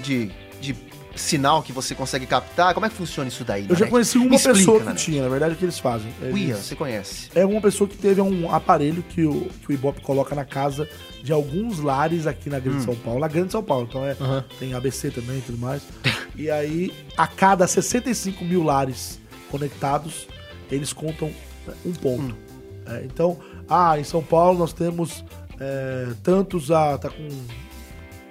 S1: de, de sinal que você consegue captar. Como é que funciona isso daí?
S2: Eu já
S1: Nanete?
S2: conheci
S1: Me
S2: uma
S1: explica,
S2: pessoa que
S1: Nanete.
S2: tinha, na verdade, o que eles fazem?
S1: Uia,
S2: Eles-
S1: você conhece.
S2: é uma pessoa que teve um aparelho que o, que o Ibope coloca na casa de alguns lares aqui na
S3: Hum.
S2: Grande São Paulo. Na Grande São Paulo, então é, tem ABC também e tudo mais. e aí, a cada 65 mil lares conectados, eles contam né, um
S3: Hum.
S2: ponto. É, então, ah, em São Paulo nós temos é, tantos a. tá com.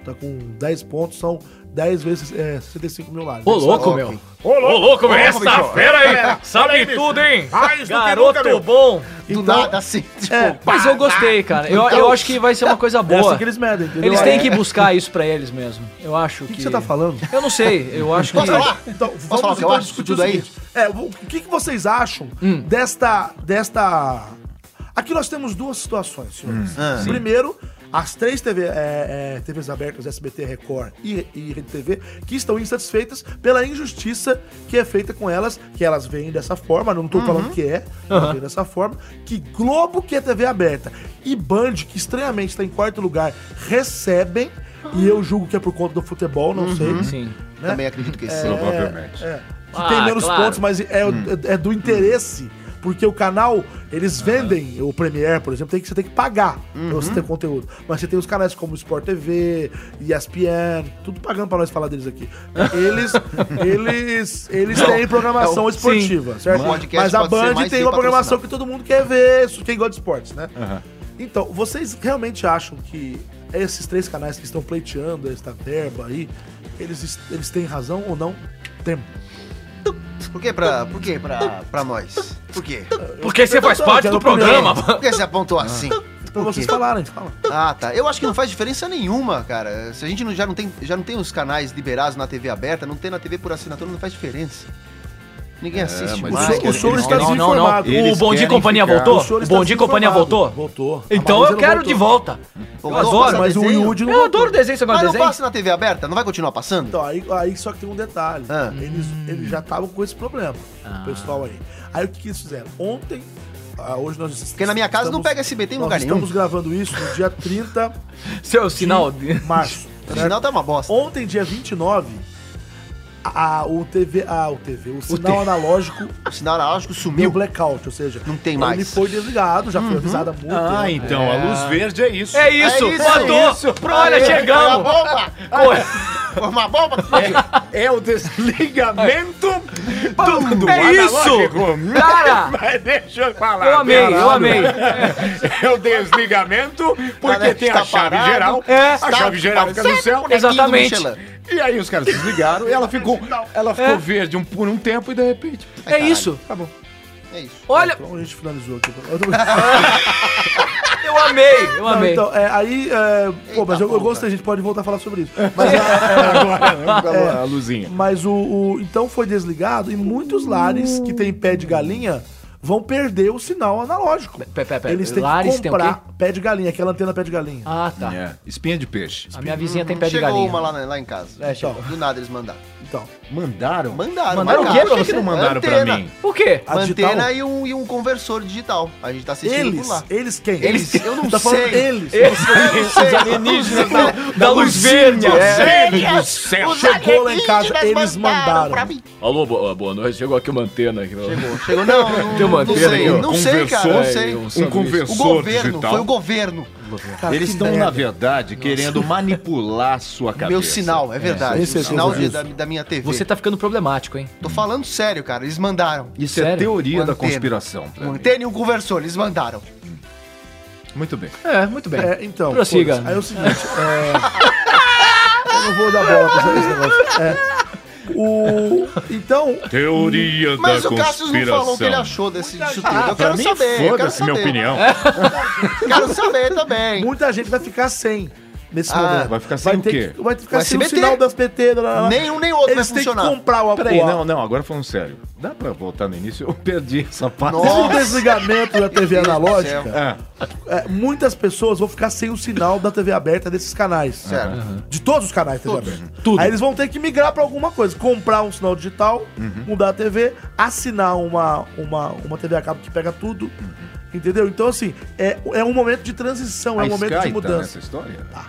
S2: tá com 10 pontos, são 10 vezes é, 65 mil lares.
S3: Ô, louco,
S1: Ok.
S3: meu. Ô, louco, meu. é Essa fera aí. Sabe tudo, hein? Garoto bom.
S1: Do
S2: Então-
S1: nada assim, tipo,
S2: É,
S3: Mas eu gostei, cara. Eu, eu acho Então, que vai ser uma coisa
S2: é assim
S3: boa.
S2: que eles medem, entendeu?
S3: Eles
S2: É.
S3: têm que buscar isso pra eles mesmo. Eu acho
S2: O
S3: que.
S2: que que você tá falando?
S3: Eu não sei. Eu acho que.
S1: Posso falar?
S2: Então,
S1: Posso falar o
S2: vamos
S1: que eu
S2: então
S1: acho
S2: discutir
S1: tudo
S2: o
S1: aí? Hum.
S2: seguinte. É, o o que, que vocês acham desta, desta... Aqui nós temos duas situações, senhores.
S1: Ah. Sim.
S2: Primeiro, as três TV, é, é, TVs abertas, SBT, Record e, e Rede TV, que estão insatisfeitas pela injustiça que é feita com elas, que elas veem dessa forma, não tô
S1: Uhum.
S2: falando que é, elas veem dessa forma, que Globo, que é TV aberta, e Band, que estranhamente está em quarto lugar, recebem, e eu julgo que é por conta do futebol, não
S1: Uhum.
S2: sei.
S3: Sim.
S2: né?
S1: também acredito que sim.
S4: Provavelmente.
S2: É. Que
S3: Ah,
S2: tem menos
S3: claro.
S2: pontos, mas é, é do interesse. Porque o canal, eles vendem o Premiere, por exemplo, tem que, você tem que pagar pra você ter conteúdo. Mas você tem os canais como Sport TV, ESPN, tudo pagando pra nós falar deles aqui. É, Eles eles, eles têm programação
S3: não,
S2: esportiva, certo?
S1: O podcast
S2: Mas a
S1: pode ser
S2: Band
S1: mais
S2: tem
S1: bem
S2: uma programação
S1: patrocinado.
S2: que todo mundo quer ver, isso, quem gosta de esportes, né? Então, vocês realmente acham que esses três canais que estão pleiteando esta verba aí, eles, eles têm razão ou não? Temos.
S1: Por que pra, por que pra, pra nós? Por quê?
S3: Porque você faz parte do programa.
S1: Por que você apontou assim?
S2: Pra vocês falarem, fala.
S1: Ah, tá. Eu acho que não faz diferença nenhuma, cara. Se a gente não- já, não tem, já não tem os canais liberados na TV aberta, não tem na TV por assinatura, não faz diferença. Ninguém assiste
S4: mas
S1: mais.
S2: O
S4: Vai,
S2: senhor,
S1: quer
S2: o
S3: é
S2: senhor
S1: dizer,
S2: está
S3: Não, não, não.
S2: desinformado.
S3: O
S4: Eles
S3: Bom Dia e
S4: querem
S3: Companhia
S4: ficar.
S2: O
S3: voltou?
S2: senhor
S3: O
S2: está
S3: Bom Dia e Companhia
S2: desinformado.
S3: voltou?
S2: Voltou. Ah,
S3: Então eu quero de volta.
S1: Pô,
S3: Eu
S1: mas
S3: adoro,
S1: passa
S2: Mas o
S1: desenho.
S2: Yudi não
S3: Eu adoro desenho, você
S1: Mas
S3: gosta de
S1: não
S3: desenho?
S1: passa na TV aberta? Não vai continuar passando?
S2: Então, aí, aí só que tem um detalhe.
S1: Ah.
S2: Eles, eles já estavam com esse problema, o pessoal aí. Aí o que, que eles fizeram? Ontem, ah, hoje nós
S1: Porque na minha casa não pega SBT em
S2: nós
S1: lugar
S2: estamos
S1: nenhum.
S2: gravando isso no dia 30
S3: Seu sinal.
S2: de março.
S3: Então,
S1: O
S2: certo?
S1: sinal tá uma bosta.
S2: Ontem, dia 29, a, o TV, a, o TV, o sinal analógico
S3: Então,
S1: O sinal analógico
S2: deu
S1: sumiu.
S2: blackout, ou seja,
S1: Ah, Não tem
S2: ele
S1: mais. Uhum.
S2: foi desligado, já foi avisado há muito
S5: Ah,
S2: tempo.
S5: então, a luz verde é isso.
S3: É isso,
S1: É isso,
S3: matou.
S1: é isso.
S3: Olha,
S1: Aê,
S3: chegamos.
S1: Foi uma bomba! Foi uma bomba que fugiu.
S4: É o desligamento do
S3: É
S4: analógico.
S3: isso. Cara,
S4: Mas deixa eu falar.
S3: eu amei, eu
S4: caralho.
S3: amei.
S4: É o desligamento, porque
S1: Cara,
S4: tem
S1: tá
S4: a chave
S1: parado,
S4: geral.
S3: é,
S4: a
S1: tá
S4: chave geral fica no céu.
S1: Bonequinho do
S3: Exatamente.
S1: Michelin.
S4: E aí os caras desligaram e ela ficou, ela ficou verde um, por um tempo e de repente.
S3: É isso.
S1: É isso.
S3: Olha,
S2: Então a gente finalizou aqui.
S3: eu amei, eu
S2: Não,
S3: amei.
S2: então, é, aí. É, pô,
S1: Eita É.
S2: mas eu, eu
S1: porra.
S2: gostei, a gente pode voltar a falar sobre isso. Mas, a-
S3: É.
S4: Agora, a luzinha.
S2: mas o, o- Então foi desligado e muitos lares que tem pé de galinha vão perder o sinal analógico.
S3: Pé, pé, pé.
S2: Eles têm
S3: Lares
S2: que
S3: tem o quê?
S2: comprar pé de galinha, aquela antena pé de galinha.
S3: Ah, tá.
S4: É, espinha de peixe.
S3: A minha vizinha tem pé de
S1: Chegou
S3: galinha.
S1: uma lá, na- lá em casa.
S3: É, chegou.
S1: Do nada eles mandaram.
S2: Então,
S4: Mandaram?
S1: Mandaram.
S3: Mandaram o quê pra
S1: Por
S3: você?
S1: não
S4: Mandaram pra
S1: Antena.
S4: mim.
S3: Por quê?
S2: A digital?
S1: Ah, Antena e um, e um conversor digital. A gente tá assistindo
S2: eles,
S1: por lá.
S2: eles quem?
S1: Eles, eu não
S2: tá falando
S1: sei.
S2: eles.
S1: Os alienígenas.
S3: Da luz verde. é.
S4: Meu céu.
S2: Chegou lá em casa, eles mandaram.
S1: pra mim.
S5: Alô, boa, boa noite. Chegou aqui uma antena. Aqui,
S1: Chegou, chegou. Não, não,
S5: Tem uma
S1: não
S5: antena
S1: sei.
S5: aí, ó.
S1: Não sei, cara. Não
S5: Conversor,
S1: sei.
S5: é, um
S4: Um
S5: sanduíche.
S1: O
S4: conversor
S1: governo,
S4: digital.
S1: foi o governo.
S2: Cara,
S4: Eles
S2: que
S4: estão,
S2: merda.
S4: na verdade, querendo manipular sua cabeça.
S1: Meu sinal, é verdade.
S2: Esse é
S1: o sinal
S2: seu
S1: de- da,
S2: serviço.
S1: da minha TV.
S3: Você tá ficando problemático, hein?
S1: Tô falando sério, cara. Eles mandaram.
S4: Isso é
S3: Sério?
S4: teoria
S1: Uma
S4: da
S1: antena.
S4: conspiração. pra
S1: Um
S4: mim.
S1: antena e um conversor, eles mandaram.
S4: Muito bem.
S3: É, muito bem.
S2: É, então.
S3: Prossiga.
S2: foda-se. Aí é o seguinte. é, eu não vou dar bola pra esse negócio. É, o, então,
S4: Teoria
S1: Hum. Mas o Cassius não falou o que ele achou desse, disso tudo. Eu
S4: Pra
S1: quero
S4: mim,
S1: saber. Eu quero
S4: foda-se
S1: saber.
S4: minha opinião.
S1: Quero saber também.
S2: muita gente vai ficar sem nesse
S1: Ah,
S2: momento.
S4: vai ficar sem
S2: vai
S4: o
S2: ter
S4: quê?
S2: que- vai ficar
S1: O
S2: sem o
S1: SBT.
S2: sinal das PT. Blá, blá, blá.
S1: Nenhum nem outro vai
S2: Eles têm que
S1: funcionar.
S2: comprar o
S4: Peraí,
S2: o-
S4: não, não, agora falando sério. Dá pra voltar no início? Eu perdi essa parte.
S1: Nossa.
S2: Com o desligamento da TV
S1: Meu Deus do
S2: analógica,
S4: Ah,
S2: é, muitas pessoas vão ficar sem o sinal da TV aberta desses canais.
S1: Certo.
S2: De todos os canais da TV aberta. Aí eles vão ter que migrar pra alguma coisa. Comprar um sinal digital, mudar a TV, assinar uma, uma, uma TV a cabo que pega tudo. Entendeu? Então, assim, é, é um momento de transição, é um
S4: a
S2: momento de
S4: Sky Tá
S2: mudança.
S4: nessa história? Tá.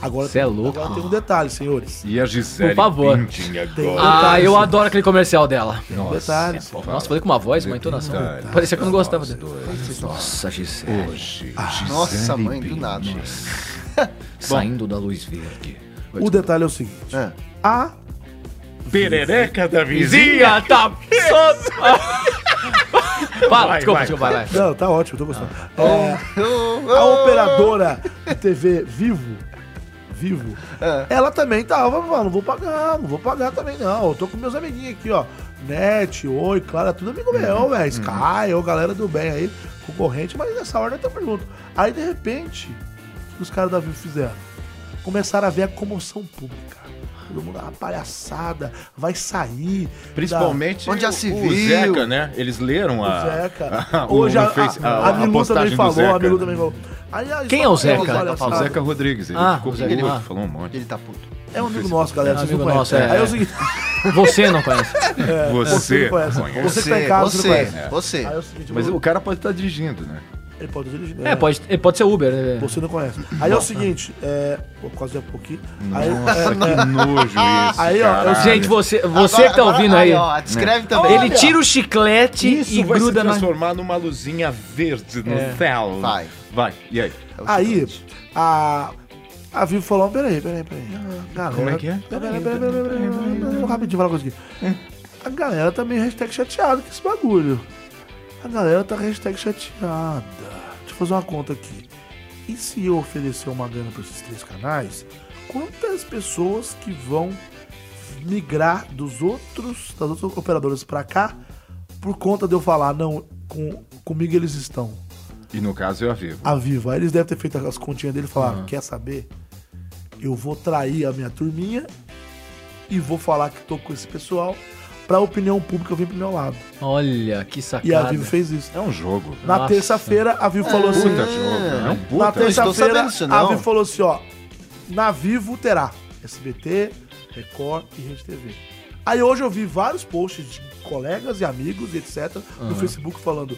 S2: Agora,
S3: Cê é louco.
S2: agora tem um detalhe, senhores.
S4: E a Gisele
S3: Por favor.
S4: Bündchen agora.
S3: Ah, eu adoro aquele comercial dela.
S1: um
S2: detalhe.
S3: Nossa, falei com uma voz, uma entonação.
S4: Detalhe.
S3: Parecia que eu não gostava dele.
S4: Dois.
S3: Nossa, Gisele.
S4: Hoje,
S1: Nossa,
S4: Gisele
S1: mãe, do nada.
S3: Saindo da luz verde.
S2: O detalhe é o seguinte:
S1: Ah.
S2: a
S4: Perereca da
S3: Vizinha tá Fala,
S4: Vai,
S3: desculpa,
S4: vai.
S3: desculpa, vai, vai.
S2: Não, tá ótimo, tô gostando. É, a operadora de TV Vivo, Vivo,
S1: É.
S2: ela também tava, mano, não vou pagar, não vou pagar também não. Eu tô com meus amiguinhos aqui, ó. Net, Oi, Clara, tudo amigo meu, velho. Sky, ô, galera do bem aí, concorrente, mas nessa hora tamo junto. Aí, de repente, o que os caras da Vivo fizeram? Começaram a ver a comoção pública. Todo mundo, ah, palhaçada, vai sair. da-
S4: Principalmente
S1: Onde já se
S4: o
S1: viu.
S4: Zeca, né? Eles leram a.
S2: o Zeca.
S4: a- Ah. o-
S2: É, Hoje
S4: no
S2: a,
S4: Face-
S2: a, a,
S4: a
S2: Milu
S4: postagem
S2: também
S4: do
S2: falou,
S4: Zeca,
S2: a Milu
S4: né?
S2: também falou. Aí, aí,
S3: Quem
S2: só-
S3: é o Zeca?
S2: olha,
S3: Tá
S4: O
S2: sabe,
S4: Zeca Rodrigues, ele
S3: Ah,
S4: ficou
S3: o
S4: com
S3: Zeca.
S4: ele
S3: Ah.
S4: falou um monte.
S1: Ele tá puto.
S2: É um amigo nosso, galera.
S3: É um
S2: vocês
S3: amigo
S2: não
S3: nosso,
S2: conhecem.
S3: é.
S2: Aí é o seguinte,
S3: Você não conhece.
S4: Você
S2: não conhece.
S4: conhece.
S2: Você que tá em casa, você
S1: você,
S2: não conhece.
S1: você.
S2: aí é o seguinte,
S4: Mas
S2: Milu,
S4: o cara pode estar dirigindo, né?
S2: ele pode dirigir. né?
S3: É, pode, ele pode ser Uber. né?
S2: Você não conhece. Aí é o seguinte, é. Pô, quase é um pouquinho. Aí,
S4: Nossa, que nojo isso.
S2: Aí, ó,
S4: caralho.
S3: Gente, você, você
S1: Agora-
S3: que tá
S1: agora-
S3: ouvindo aí. É.
S1: ó, descreve também.
S3: Ele tira o chiclete
S4: Isso
S3: e
S4: vai se
S3: gruda na.
S4: transformar numa luzinha verde no céu.
S1: Vai.
S4: Vai. E aí?
S1: é
S2: aí a. A Vivo falou, peraí, peraí, peraí. Galera,
S4: Como é que é?
S2: Peraí, peraí, peraí, peraí, peraí, peraí, peraí, peraí, peraí, rapidinho, falar uma coisa aqui. A galera tá meio hashtag chateada com esse bagulho. A galera tá hashtag chateada. Deixa eu fazer uma conta aqui. E se eu oferecer uma grana pra esses três canais, quantas pessoas que vão migrar dos outros, das outras operadoras pra cá, por conta de eu falar, não, com, comigo eles estão,
S4: E no caso eu a vivo.
S2: a Vivo. Aí eles devem ter feito as continhas dele e falaram, quer saber? Eu vou trair a minha turminha e vou falar que tô com esse pessoal pra opinião pública vir pro meu lado.
S5: Olha, que
S2: E
S5: sacada.
S2: a Vivo fez isso.
S4: É um jogo.
S2: Na
S5: Nossa.
S2: terça-feira, a Vivo falou assim...
S4: Puta jogo. É um
S2: Na
S4: puta.
S1: estou
S2: terça-feira,
S1: sabendo disso,
S2: a
S1: não.
S2: Vivo falou assim, ó. Na Vivo terá SBT, Record e Rede TV. Aí hoje eu vi vários posts de colegas e amigos, e etc, no Facebook falando.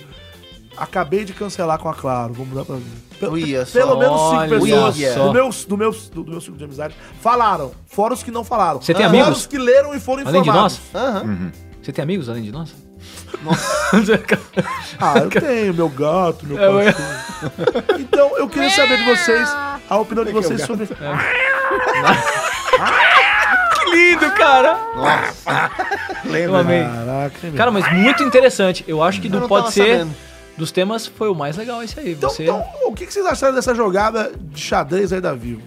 S2: Acabei de cancelar com a Claro, vou mudar pra mim.
S1: Olha só.
S2: pelo menos cinco
S5: Olha
S2: pessoas
S1: só.
S2: do meu, do, meu, do, do meu círculo de amizade falaram. Fora os que não falaram.
S5: Você tem
S2: Fora
S5: amigos?
S2: os que leram e foram
S5: Além de
S2: informados.
S5: nós?
S1: Aham.
S5: Você tem amigos além de nós?
S2: Ah, eu tenho, meu gato, meu
S5: É,
S2: cachorro. Então, eu queria saber de vocês, a opinião de vocês sobre...
S5: Que lindo, cara!
S1: Nossa,
S5: Eu amei.
S2: Caraca, hein, meu?
S5: É. Cara, mas muito interessante. Eu acho que
S1: eu
S5: do
S1: não
S5: Pode
S1: tava
S5: Ser,
S1: sabendo.
S5: dos temas, foi o mais legal esse aí.
S2: Então,
S5: Você...
S2: então, o que que vocês acharam dessa jogada de xadrez aí da Vivo?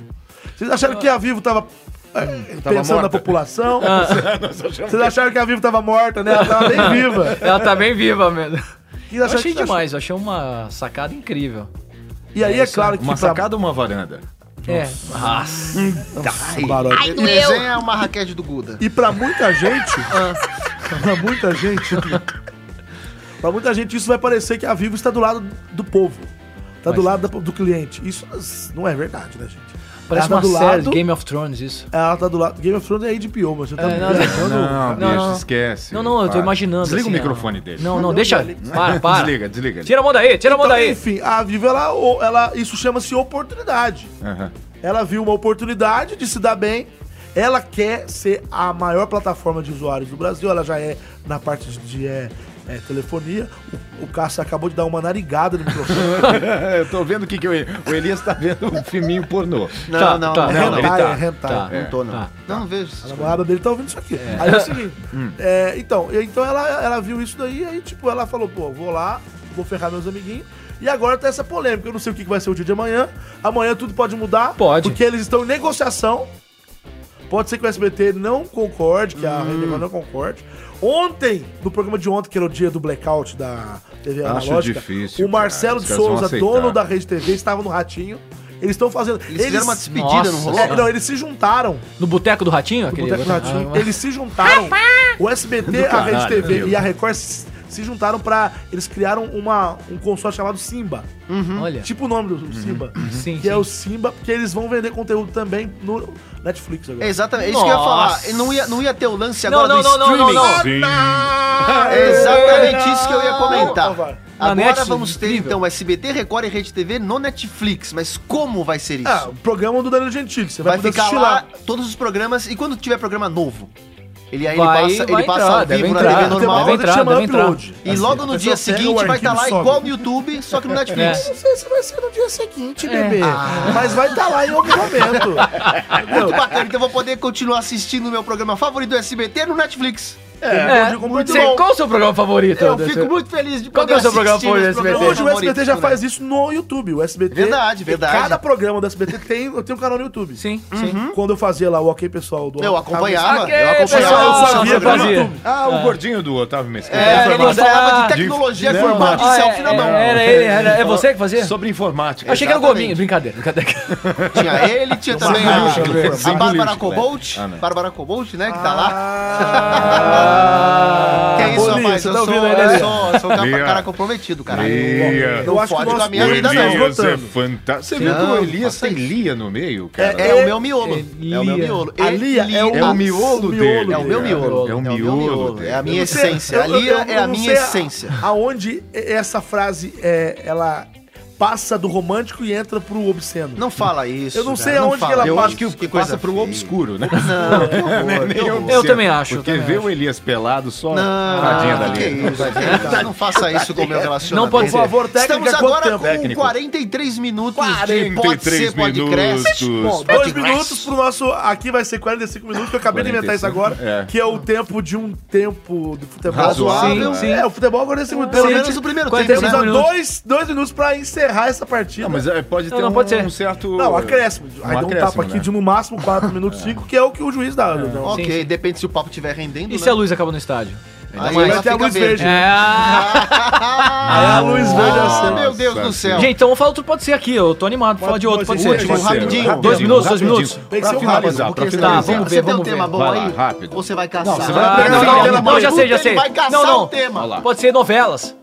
S2: Vocês acharam que a Vivo tava é, pensando na
S4: morta.
S2: população?
S5: Ah.
S2: Vocês acharam que a Vivo tava morta, né? Ela tava bem viva.
S5: Ela tá bem viva mesmo.
S2: Vocês acharam
S5: Eu achei
S2: que-
S5: demais, eu achei uma sacada incrível.
S2: E aí é claro que
S4: Uma
S2: pra-
S4: sacada ou uma varanda?
S5: É. Nossa.
S2: Nossa, barulho.
S6: Ai,
S1: Ele
S6: doeu.
S1: desenha uma raquete do Guda.
S2: E pra muita gente,
S5: Ah.
S2: pra muita gente, pra muita gente isso vai parecer que a Vivo está do lado do povo. Tá do
S5: Mas-
S2: lado da- do cliente. Isso não é verdade, né, gente?
S5: Parece
S2: ela
S5: uma
S2: tá do
S5: série
S2: lado,
S5: Game of Thrones, isso.
S2: ela tá do lado. Game of Thrones é HBO, mas eu
S5: É,
S2: também.
S5: não, não,
S4: Não,
S5: não,
S4: bicho,
S5: não.
S4: esquece.
S5: Não, não, eu tô
S4: Para.
S5: imaginando.
S4: Desliga
S5: assim,
S4: o microfone
S5: ó.
S4: dele.
S5: Não, não, deixa. Para, para.
S4: Desliga, desliga.
S5: Tira a mão daí, tira a mão
S2: Então,
S5: daí.
S2: enfim, a Vivo, ela, o- ela, isso chama-se oportunidade.
S4: Aham.
S2: Ela viu uma oportunidade de se dar bem. Ela quer ser a maior plataforma de usuários do Brasil. Ela já é na parte de, de, é, é, telefonia. O, o Cássio acabou de dar uma narigada no microfone.
S4: eu tô vendo o que, que o o Elias tá vendo um filminho pornô.
S1: Não,
S5: Tá,
S1: não,
S5: tá,
S1: não,
S4: não,
S1: não,
S4: ele
S1: não,
S2: Hentai,
S4: tá.
S2: é hentai.
S5: Tá.
S1: não tô, não.
S5: Tá.
S1: Não vejo. essas
S2: A
S1: coisas.
S2: namorada dele tá ouvindo isso aqui. Aí é o seguinte.
S4: Hum.
S2: é, então, eu- então ela, ela viu isso daí, aí tipo, ela falou, pô, vou lá, vou ferrar meus amiguinhos. E agora tá essa polêmica. Eu não sei o que que vai ser o dia de amanhã. Amanhã tudo pode mudar.
S5: Pode.
S2: Porque eles estão em negociação. Pode ser que o SBT não concorde, que
S4: Hum.
S2: a Rede Record não concorde. Ontem, no programa de ontem, que era o dia do blackout da TV
S4: Acho
S2: analógica,
S4: difícil,
S2: o Marcelo
S4: cara. Os
S2: de
S4: caras vão
S2: Souza,
S4: aceitar.
S2: dono da Rede TV, estava no Ratinho. Eles estão fazendo.
S1: Eles fizeram uma despedida,
S5: Nossa,
S1: não rolou?
S2: É, não, eles se juntaram
S5: No Boteco do Ratinho?
S2: do
S1: é
S5: aquele
S2: Boteco
S5: outro-
S2: Ratinho.
S5: Ah, mas-
S2: Eles se juntaram. O SBT, a Rede TV e a Record se, se juntaram pra. Eles criaram uma, um consórcio chamado Simba.
S1: É.
S5: Olha.
S2: Tipo o nome do
S1: Uhum.
S2: do Simba.
S5: Sim,
S2: que
S5: sim.
S2: é o Simba, porque eles vão vender conteúdo também no Netflix agora.
S1: É exatamente, é isso que eu ia falar. E Não ia, não ia ter o lance agora
S5: não,
S1: do
S5: não, não, não,
S1: streaming.
S5: não.
S1: É exatamente isso que eu ia comentar.
S2: Não, vai.
S1: Agora
S5: Net,
S1: vamos ter,
S5: incrível.
S1: então, SBT, Record e Rede TV no Netflix. Mas como vai ser isso?
S2: Ah, o programa do Danilo Gentili. Você vai,
S1: vai
S2: poder
S1: ficar
S2: assistir
S1: lá,
S2: lá.
S1: todos os programas. E quando tiver programa novo? Ele, aí
S5: Vai-
S1: ele passa,
S5: vai
S1: ele passa
S5: entrar,
S1: ao
S5: deve
S1: vivo na
S5: entrar,
S1: TV
S5: deve
S1: normal.
S2: Tem uma coisa que chama
S5: deve entrar.
S2: upload.
S1: E logo no
S2: A
S1: dia
S2: pessoa pega
S1: seguinte
S2: é o
S1: vai estar lá
S2: arquivo e sobe.
S1: igual no YouTube, só que
S5: É.
S1: no Netflix.
S2: Não sei se vai ser no dia seguinte, bebê.
S1: Ah.
S2: Mas vai estar lá em algum momento.
S1: Muito bacana, então eu vou poder continuar assistindo o meu programa favorito do SBT no Netflix.
S5: É,
S2: um
S1: muito
S5: Você-
S1: bom.
S5: Qual o seu programa favorito?
S3: Então,
S1: Eu
S5: Anderson?
S1: fico muito feliz de
S5: Qual
S1: poder
S5: que é o seu programa
S1: assistir meus
S5: favorito do SBT?
S1: programas
S2: Hoje o SBT
S1: favoritos
S2: já
S1: no
S2: faz isso no YouTube. O SBT.
S1: Verdade, verdade.
S2: Cada programa do SBT tem, eu tenho um canal no YouTube.
S5: Sim, sim.
S2: Quando eu fazia lá o Ok Pessoal do
S1: Eu acompanhava,
S5: Ok,
S1: Hum. Ah, eu
S5: pessoal,
S1: acompanhava.
S2: Tá, eu
S1: o
S2: só via
S1: seu
S2: pelo
S1: programa.
S5: fazia.
S2: YouTube.
S4: Ah, o gordinho do Otávio Mesquita.
S1: É, ele
S5: Informação.
S1: gostava de
S5: Ah,
S1: tecnologia
S4: de-
S1: formal, de
S5: Ah, é,
S1: selfie na um mão.
S5: é, Era ele, era. É você que fazia?
S4: Sobre informática.
S5: Achei que era o
S1: Exatamente.
S5: Gominho. Brincadeira, brincadeira.
S1: Tinha ele, tinha também a,
S4: Sem
S1: a
S4: político,
S1: Bárbara
S4: né?
S1: Cobolt.
S4: Ah, não.
S1: Bárbara Cobolt, né, que tá lá. que é
S2: Ah,
S1: isso,
S2: Bolinha,
S1: rapaz?
S2: você
S1: Eu
S2: tá
S1: sou,
S2: ouvindo aí,
S1: eu
S2: né?
S1: sou, eu sou um cara,
S4: Lia.
S1: cara comprometido, cara.
S4: Lia.
S1: Não
S2: Eu acho que o
S1: fode com a
S2: nosso
S1: minha
S4: O
S1: vida, não.
S4: Elias é
S2: esgotando.
S4: fantástico. Você viu que
S1: Não,
S4: o Elias
S1: faça
S4: tem
S1: isso.
S4: Lia no meio, cara?
S1: É o meu miolo.
S5: Elia.
S1: É o meu miolo.
S2: A Lia é o-
S4: É o miolo
S2: miolo
S4: dele.
S1: É o meu
S4: cara.
S1: miolo.
S4: É o
S1: meu
S4: miolo dele.
S1: É a minha
S2: Eu não sei,
S1: essência.
S2: eu-
S1: A Lia
S2: eu- eu
S1: é a
S2: não
S1: minha
S2: sei a-
S1: essência.
S2: Aonde essa frase é, ela passa do romântico e entra pro obsceno.
S1: Não fala isso.
S2: Eu não
S1: cara,
S2: sei aonde
S1: fala
S2: que ela
S1: isso.
S4: Eu acho que
S1: Que
S4: o que
S1: coisa
S4: passa pro
S1: feia.
S4: obscuro, né?
S1: Não, que horror, que
S4: Nem
S1: horror.
S4: obscuro.
S5: também acho, eu
S4: Porque
S5: também
S4: ver
S5: acho.
S4: o Elias pelado só.
S1: Não,
S4: Tadinha da
S1: que que é
S4: Lia.
S1: isso, cara, não faça isso com o meu relacionamento.
S5: Não pode
S2: Por favor, técnica,
S1: Estamos
S2: quanto
S1: agora
S2: tempo? É
S1: com
S4: Técnico.
S1: 43 minutos de
S4: 43
S1: Pode Ser Podcast.
S4: minutos.
S2: Dois
S1: Podcast.
S2: minutos pro nosso. Aqui vai ser 45 minutos, que eu acabei de inventar isso agora.
S4: 45, é.
S2: Que é o tempo de um tempo do futebol.
S1: Razoável.
S5: Sim, sim.
S2: É, o futebol agora é esse
S1: Pelo menos o primeiro tempo,
S2: Precisa
S1: né?
S5: minutos.
S2: dois, dois minutos pra encerrar essa partida.
S4: Não, mas é, pode ter
S3: Não, não,
S4: um,
S3: pode ser.
S4: certo...
S2: Não, acréscimo. Aí dá um
S4: acréscimo,
S2: tapa aqui
S4: né?
S2: de no máximo 4 minutos 5, que é o que o juiz dá. Então,
S1: Ok,
S3: Sim, é sim.
S1: depende se o papo estiver rendendo. né?
S3: E se a luz acaba no estádio?
S1: Aí
S2: Mas
S1: ela
S2: vai ter a
S1: fica
S2: luz
S1: verde.
S2: verde.
S3: É.
S2: Aí a luz verde é
S1: Ah,
S2: acende.
S1: meu Deus do céu.
S3: Gente, então eu falo tudo pode ser aqui, eu tô animado. Fala de outro, pode
S2: pode ser,
S3: ser.
S1: último,
S4: Pode ser,
S1: rapidinho.
S4: rapidinho,
S3: Dois minutos, dois
S4: rapidinho.
S3: minutos.
S2: Tem que
S4: Pra
S2: ser um
S4: finalizar,
S2: rápido,
S4: pra
S1: Porque
S4: finalizar.
S1: senão-
S3: vamos
S1: você
S3: ver,
S1: tem um
S3: vamos
S1: tema
S3: ver.
S1: bom
S4: Vai lá,
S1: aí?
S4: rápido.
S1: Ou você vai caçar?
S2: você
S1: Não,
S2: vai
S3: Ah,
S2: pegar
S3: não,
S2: o
S3: não,
S2: tema
S3: não,
S2: maluco,
S3: já sei, já
S1: ele
S3: sei.
S1: vai caçar
S3: Não,
S1: o
S3: não.
S1: tema.
S4: Olha lá.
S3: Pode ser novelas.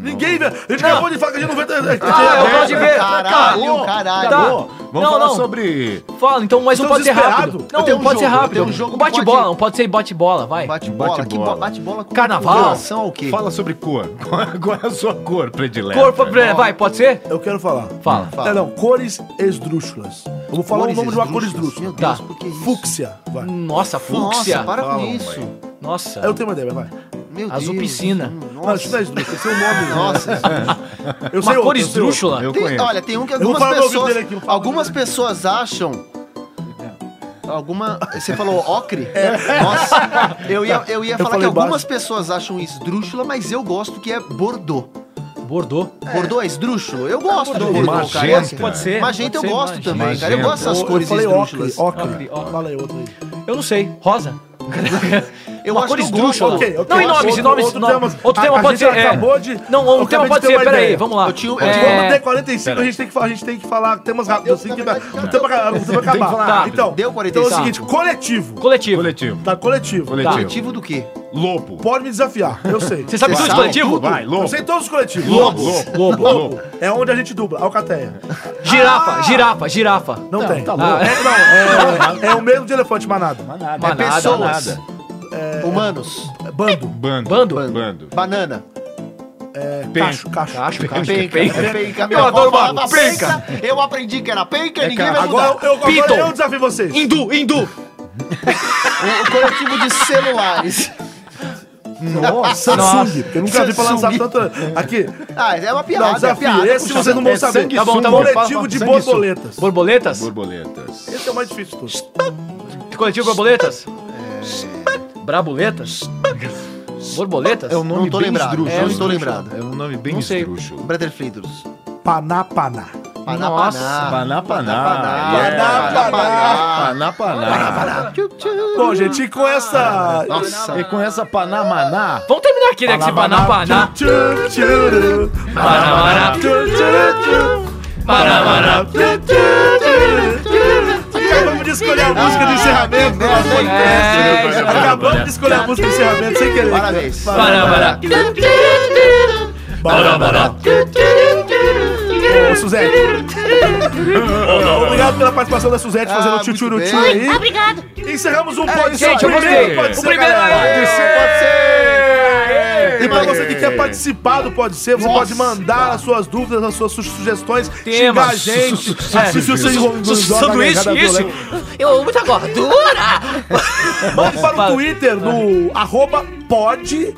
S2: Ninguém vê. A gente acabou de falar que a gente não vê.
S3: Ah, eu
S1: merda,
S3: gosto de ver.
S1: caralho, caralho.
S3: Tá.
S4: Bom, vamos
S3: Não,
S4: falar
S3: não.
S4: sobre...
S3: Fala, então, mas não
S2: Estamos
S3: pode ser
S2: desesperados.
S3: rápido.
S1: Eu
S3: Não,
S1: tenho
S3: não
S1: um
S3: pode ser
S1: jogo, eu
S3: rápido.
S1: tenho um jogo
S3: Um
S1: que
S3: bate-bola,
S1: pode-
S3: não pode ser bate-bola, vai.
S1: Bate-bola, que
S4: Bate-bola.
S1: bo- bate-bola com
S3: É, Carnaval.
S1: com relação ao quê?
S4: Fala sobre cor. Qual é a sua cor predileta?
S3: Corpo, vai, pode ser?
S2: Eu quero falar.
S3: Fala.
S1: Fala.
S2: É, não, cores esdrúxulas. Eu vou falar
S1: Cores
S2: o nome um de uma cor
S1: esdrúxulas. Meu
S2: esdrúxula.
S1: Deus,
S3: Tá.
S1: por que isso?
S2: Fúcsia. Vai.
S3: Nossa,
S1: Nossa,
S3: fúcsia.
S1: para com
S4: Fala,
S1: isso.
S3: Nossa.
S2: Eu tenho uma ideia, vai.
S1: Meu
S3: Azul
S1: Deus.
S3: piscina.
S1: Hum,
S2: Não, isso não é
S1: Nossa.
S2: esdrúxula, esse é o nome.
S1: Nossa,
S2: Eu sei
S3: Uma
S2: outro,
S3: cor
S2: eu sei outro.
S3: esdrúxula?
S4: Eu
S1: Tem-
S4: conheço.
S1: olha, tem um que
S2: vou
S1: algumas
S2: falar no ouvido
S1: pessoas.
S2: dele aqui, eu falo
S1: algumas
S2: no
S1: pessoas acham. Alguma. Você falou ocre? Nossa, eu ia, eu ia
S2: Eu
S1: falar que
S2: falei
S1: algumas
S2: base.
S1: pessoas acham esdrúxula, mas eu gosto que é Bordeaux.
S3: Bordô.
S1: Bordeaux é esdrúxulo? Eu gosto do Bordeaux,
S4: Magenta.
S1: cara.
S3: Pode ser.
S1: Magenta eu
S3: pode ser,
S1: gosto
S3: magenta.
S1: também, cara. Eu
S4: Magenta.
S1: gosto dessas
S2: Eu-
S1: cores
S2: eu falei
S1: esdrúxulas.
S2: ocre, ocre.
S3: Ocre, ocre.
S2: Fala aí outro aí.
S3: Eu não sei. Rosa.
S1: Eu
S3: Uma
S1: acho
S3: cor
S1: que eu gosto.
S3: esdrúxula.
S2: Ok, ok.
S3: Não, em nomes,
S2: Outro-
S3: em nomes.
S2: outro
S3: no- Outro,
S2: tema.
S3: tema
S2: A- a
S3: pode
S2: gente
S3: ser. é.
S2: acabou de-
S3: Não,
S2: eu
S3: um tema
S2: acabei
S3: pode
S2: de ter
S3: ser,
S2: uma
S3: peraí,
S2: ideia.
S3: vamos lá.
S1: Eu tinha- eu
S2: É...
S1: tinha-
S2: Vamos até 45, a gente tem que falar, a gente tem que falar temas rápidos, assim que dá.
S1: verdade,
S2: O tempo acaba- o tempo
S4: que
S2: acabar.
S4: falar
S3: rápido.
S2: Então,
S1: Deu
S2: então é
S1: 45.
S2: o seguinte, coletivo.
S3: Coletivo.
S4: Coletivo.
S2: Tá coletivo.
S4: Coletivo.
S1: Coletivo do quê?
S4: Lobo.
S2: Pode me desafiar, eu sei.
S3: Você sabe
S1: Você
S3: tudo de
S1: sabe
S3: coletivo?
S4: Vai, lobo.
S2: Eu sei todos os coletivos.
S4: Lobo.
S2: Lobo.
S4: Lobo.
S2: Lobo. É onde a gente dubla, alcateia.
S3: Girafa, girafa, girafa.
S2: Não, tem.
S5: tá
S3: louco.
S2: É, não, é, é o mesmo de elefante manado.
S1: É
S3: Manada,
S1: pessoas.
S4: nada.
S1: Humanos.
S2: É Bando.
S4: Bando.
S3: Bando.
S4: Bando.
S1: Banana.
S2: É,
S4: Penca.
S2: cacho, cacho.
S1: Penca.
S3: penca.
S1: É Penca.
S3: Eu adoro
S1: avó falava
S3: barro. Penca.
S1: penca. Eu aprendi que era penca e ninguém vai mudar.
S2: É Agora eu, agora
S3: Piton.
S2: eu desafio vocês.
S3: Hindu, hindu.
S1: O, o coletivo de celulares.
S2: Nossa, Samsung. Porque eu nunca vi falar
S1: Samsung.
S2: lançar tanto. Aqui.
S1: Ah, é uma
S2: Não,
S1: piada, é
S2: desafio.
S1: piada.
S2: esse vocês não vão
S4: é
S2: saber.
S4: sangue
S2: Tá bom, tá
S4: suga.
S2: bom.
S4: Fala,
S2: Coletivo
S4: fala,
S2: de
S4: sangue suga.
S2: borboletas.
S3: Borboletas?
S4: Borboletas.
S2: Esse é o mais difícil. de todos.
S3: Coletivo é borboletas? Brabuletas? Borboletas?
S1: um nome bem esdrúxulo.
S4: É,
S1: Não estou
S4: esdrúxulo.
S1: lembrado.
S4: É um nome bem
S3: Não sei.
S4: esdrúxulo.
S1: Brotherfridos.
S2: Paná, paná.
S1: Paná,
S3: Nossa.
S1: paná.
S4: Paná, paná.
S1: Paná,
S4: É, Yeah.
S1: paná.
S4: Paná, paná.
S1: Tchu, tchu.
S2: Bom, gente, e com essa...
S1: Nossa.
S4: E com essa panamaná...
S3: Vamos terminar aqui, né? Que se paná, paná.
S2: Tchu, tchuru.
S3: Paná, paná.
S2: Tchu, tchuru, tchu.
S3: Paná, paná.
S2: Tchu, tchuru, tchu. Acabamos de escolher a música do encerramento do nosso podcast.
S3: É, isso.
S2: Acabamos de escolher a música do encerramento sem querer.
S1: Parabéns.
S3: Paná, paná.
S2: Ô, Suzete. Obrigado pela participação da Suzete fazendo
S1: Ah,
S2: o tchutchuru
S1: muito
S2: aí.
S6: Oi, obrigado.
S2: Encerramos um podcast.
S3: É, Gente, eu gostei. O primeiro
S2: galera.
S3: aí.
S2: E pra você que quer participar do Pode Ser, você pode mandar as suas dúvidas, as suas su- sugestões, xingar
S3: Temas.
S2: a gente.
S3: É.
S2: Se você
S3: Su- Sanduíche, isso. Eu amo muita gordura.
S2: Mande para o Twitter no arroba pode.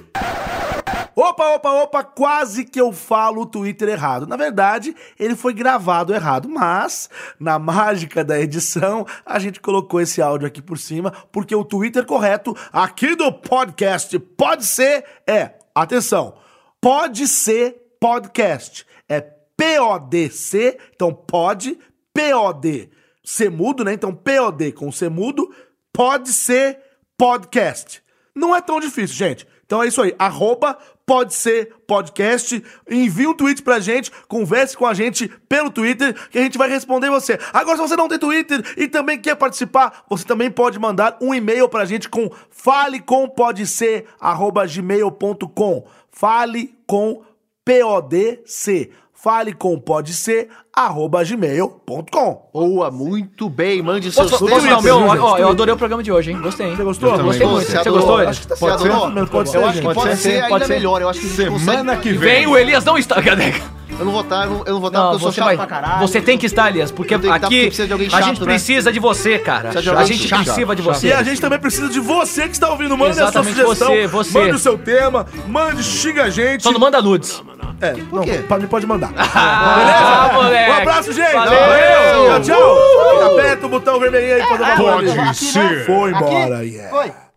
S2: Opa, opa, opa, quase que eu falo o Twitter errado. Na verdade, ele foi gravado errado, mas na mágica da edição, a gente colocou esse áudio aqui por cima, porque o Twitter correto aqui do podcast pode ser é, atenção, pode ser podcast. É P-O-D-C, então pode, P-O-D, semudo, né? Então P-O-D com semudo, pode ser podcast. Não é tão difícil, gente. Então é isso aí. Arroba pode ser podcast. Envie um tweet pra gente, converse com a gente pelo Twitter, que a gente vai responder você. Agora, se você não tem Twitter e também quer participar, você também pode mandar um e-mail pra gente com falecompodc.gmail.com Fale com PODC. Fale com pode ser, arroba gmail.com.
S1: Boa, muito bem. Mande seus
S3: Posso posso dar o
S1: textos.
S3: meu? Ó, ó, eu adorei o programa de hoje, hein? Gostei, hein?
S2: Você gostou?
S4: também
S3: Gostei muito.
S4: gostei.
S3: Você gostou? Elias?
S1: Acho que tá
S4: Pode
S1: certo.
S4: ser?
S1: Adorou.
S2: Pode ser,
S1: Eu acho que
S2: gente.
S1: pode ser ainda
S3: pode ser.
S1: melhor. Eu acho que a gente
S4: Semana
S1: consegue.
S4: que
S3: Vem,
S4: vem.
S3: o Elias não está. Cadê?
S1: Eu não vou estar, eu não- eu não vou estar
S3: Não,
S1: porque eu sou
S3: você
S1: chato
S3: vai.
S1: pra caralho.
S3: Você tem que estar, Elias, porque
S1: Eu tenho que estar porque
S3: aqui
S1: precisa de alguém
S3: a
S1: chato,
S3: gente
S1: né?
S3: precisa de você, cara.
S1: Precisa de
S3: A
S1: alguém
S3: gente
S1: chato.
S3: precisa de
S2: E
S3: você.
S2: a gente também precisa de você que está ouvindo. Mande a sua
S3: Tá Exatamente,
S2: sugestão.
S3: você, você.
S2: Mande o seu tema. Mande, xinga a gente.
S3: Só não manda nudes.
S2: É, não,
S1: quê?
S2: pode, pode mandar.
S3: Ah, moleque.
S2: Um abraço, gente.
S3: Valeu. É,
S2: Tchau, tchau. Aperta o botão vermelhinho aí pra dar uma
S4: Pode
S2: olhada.
S4: ser.
S2: Foi
S1: Aqui?
S3: né?
S2: embora, yeah.
S1: Foi.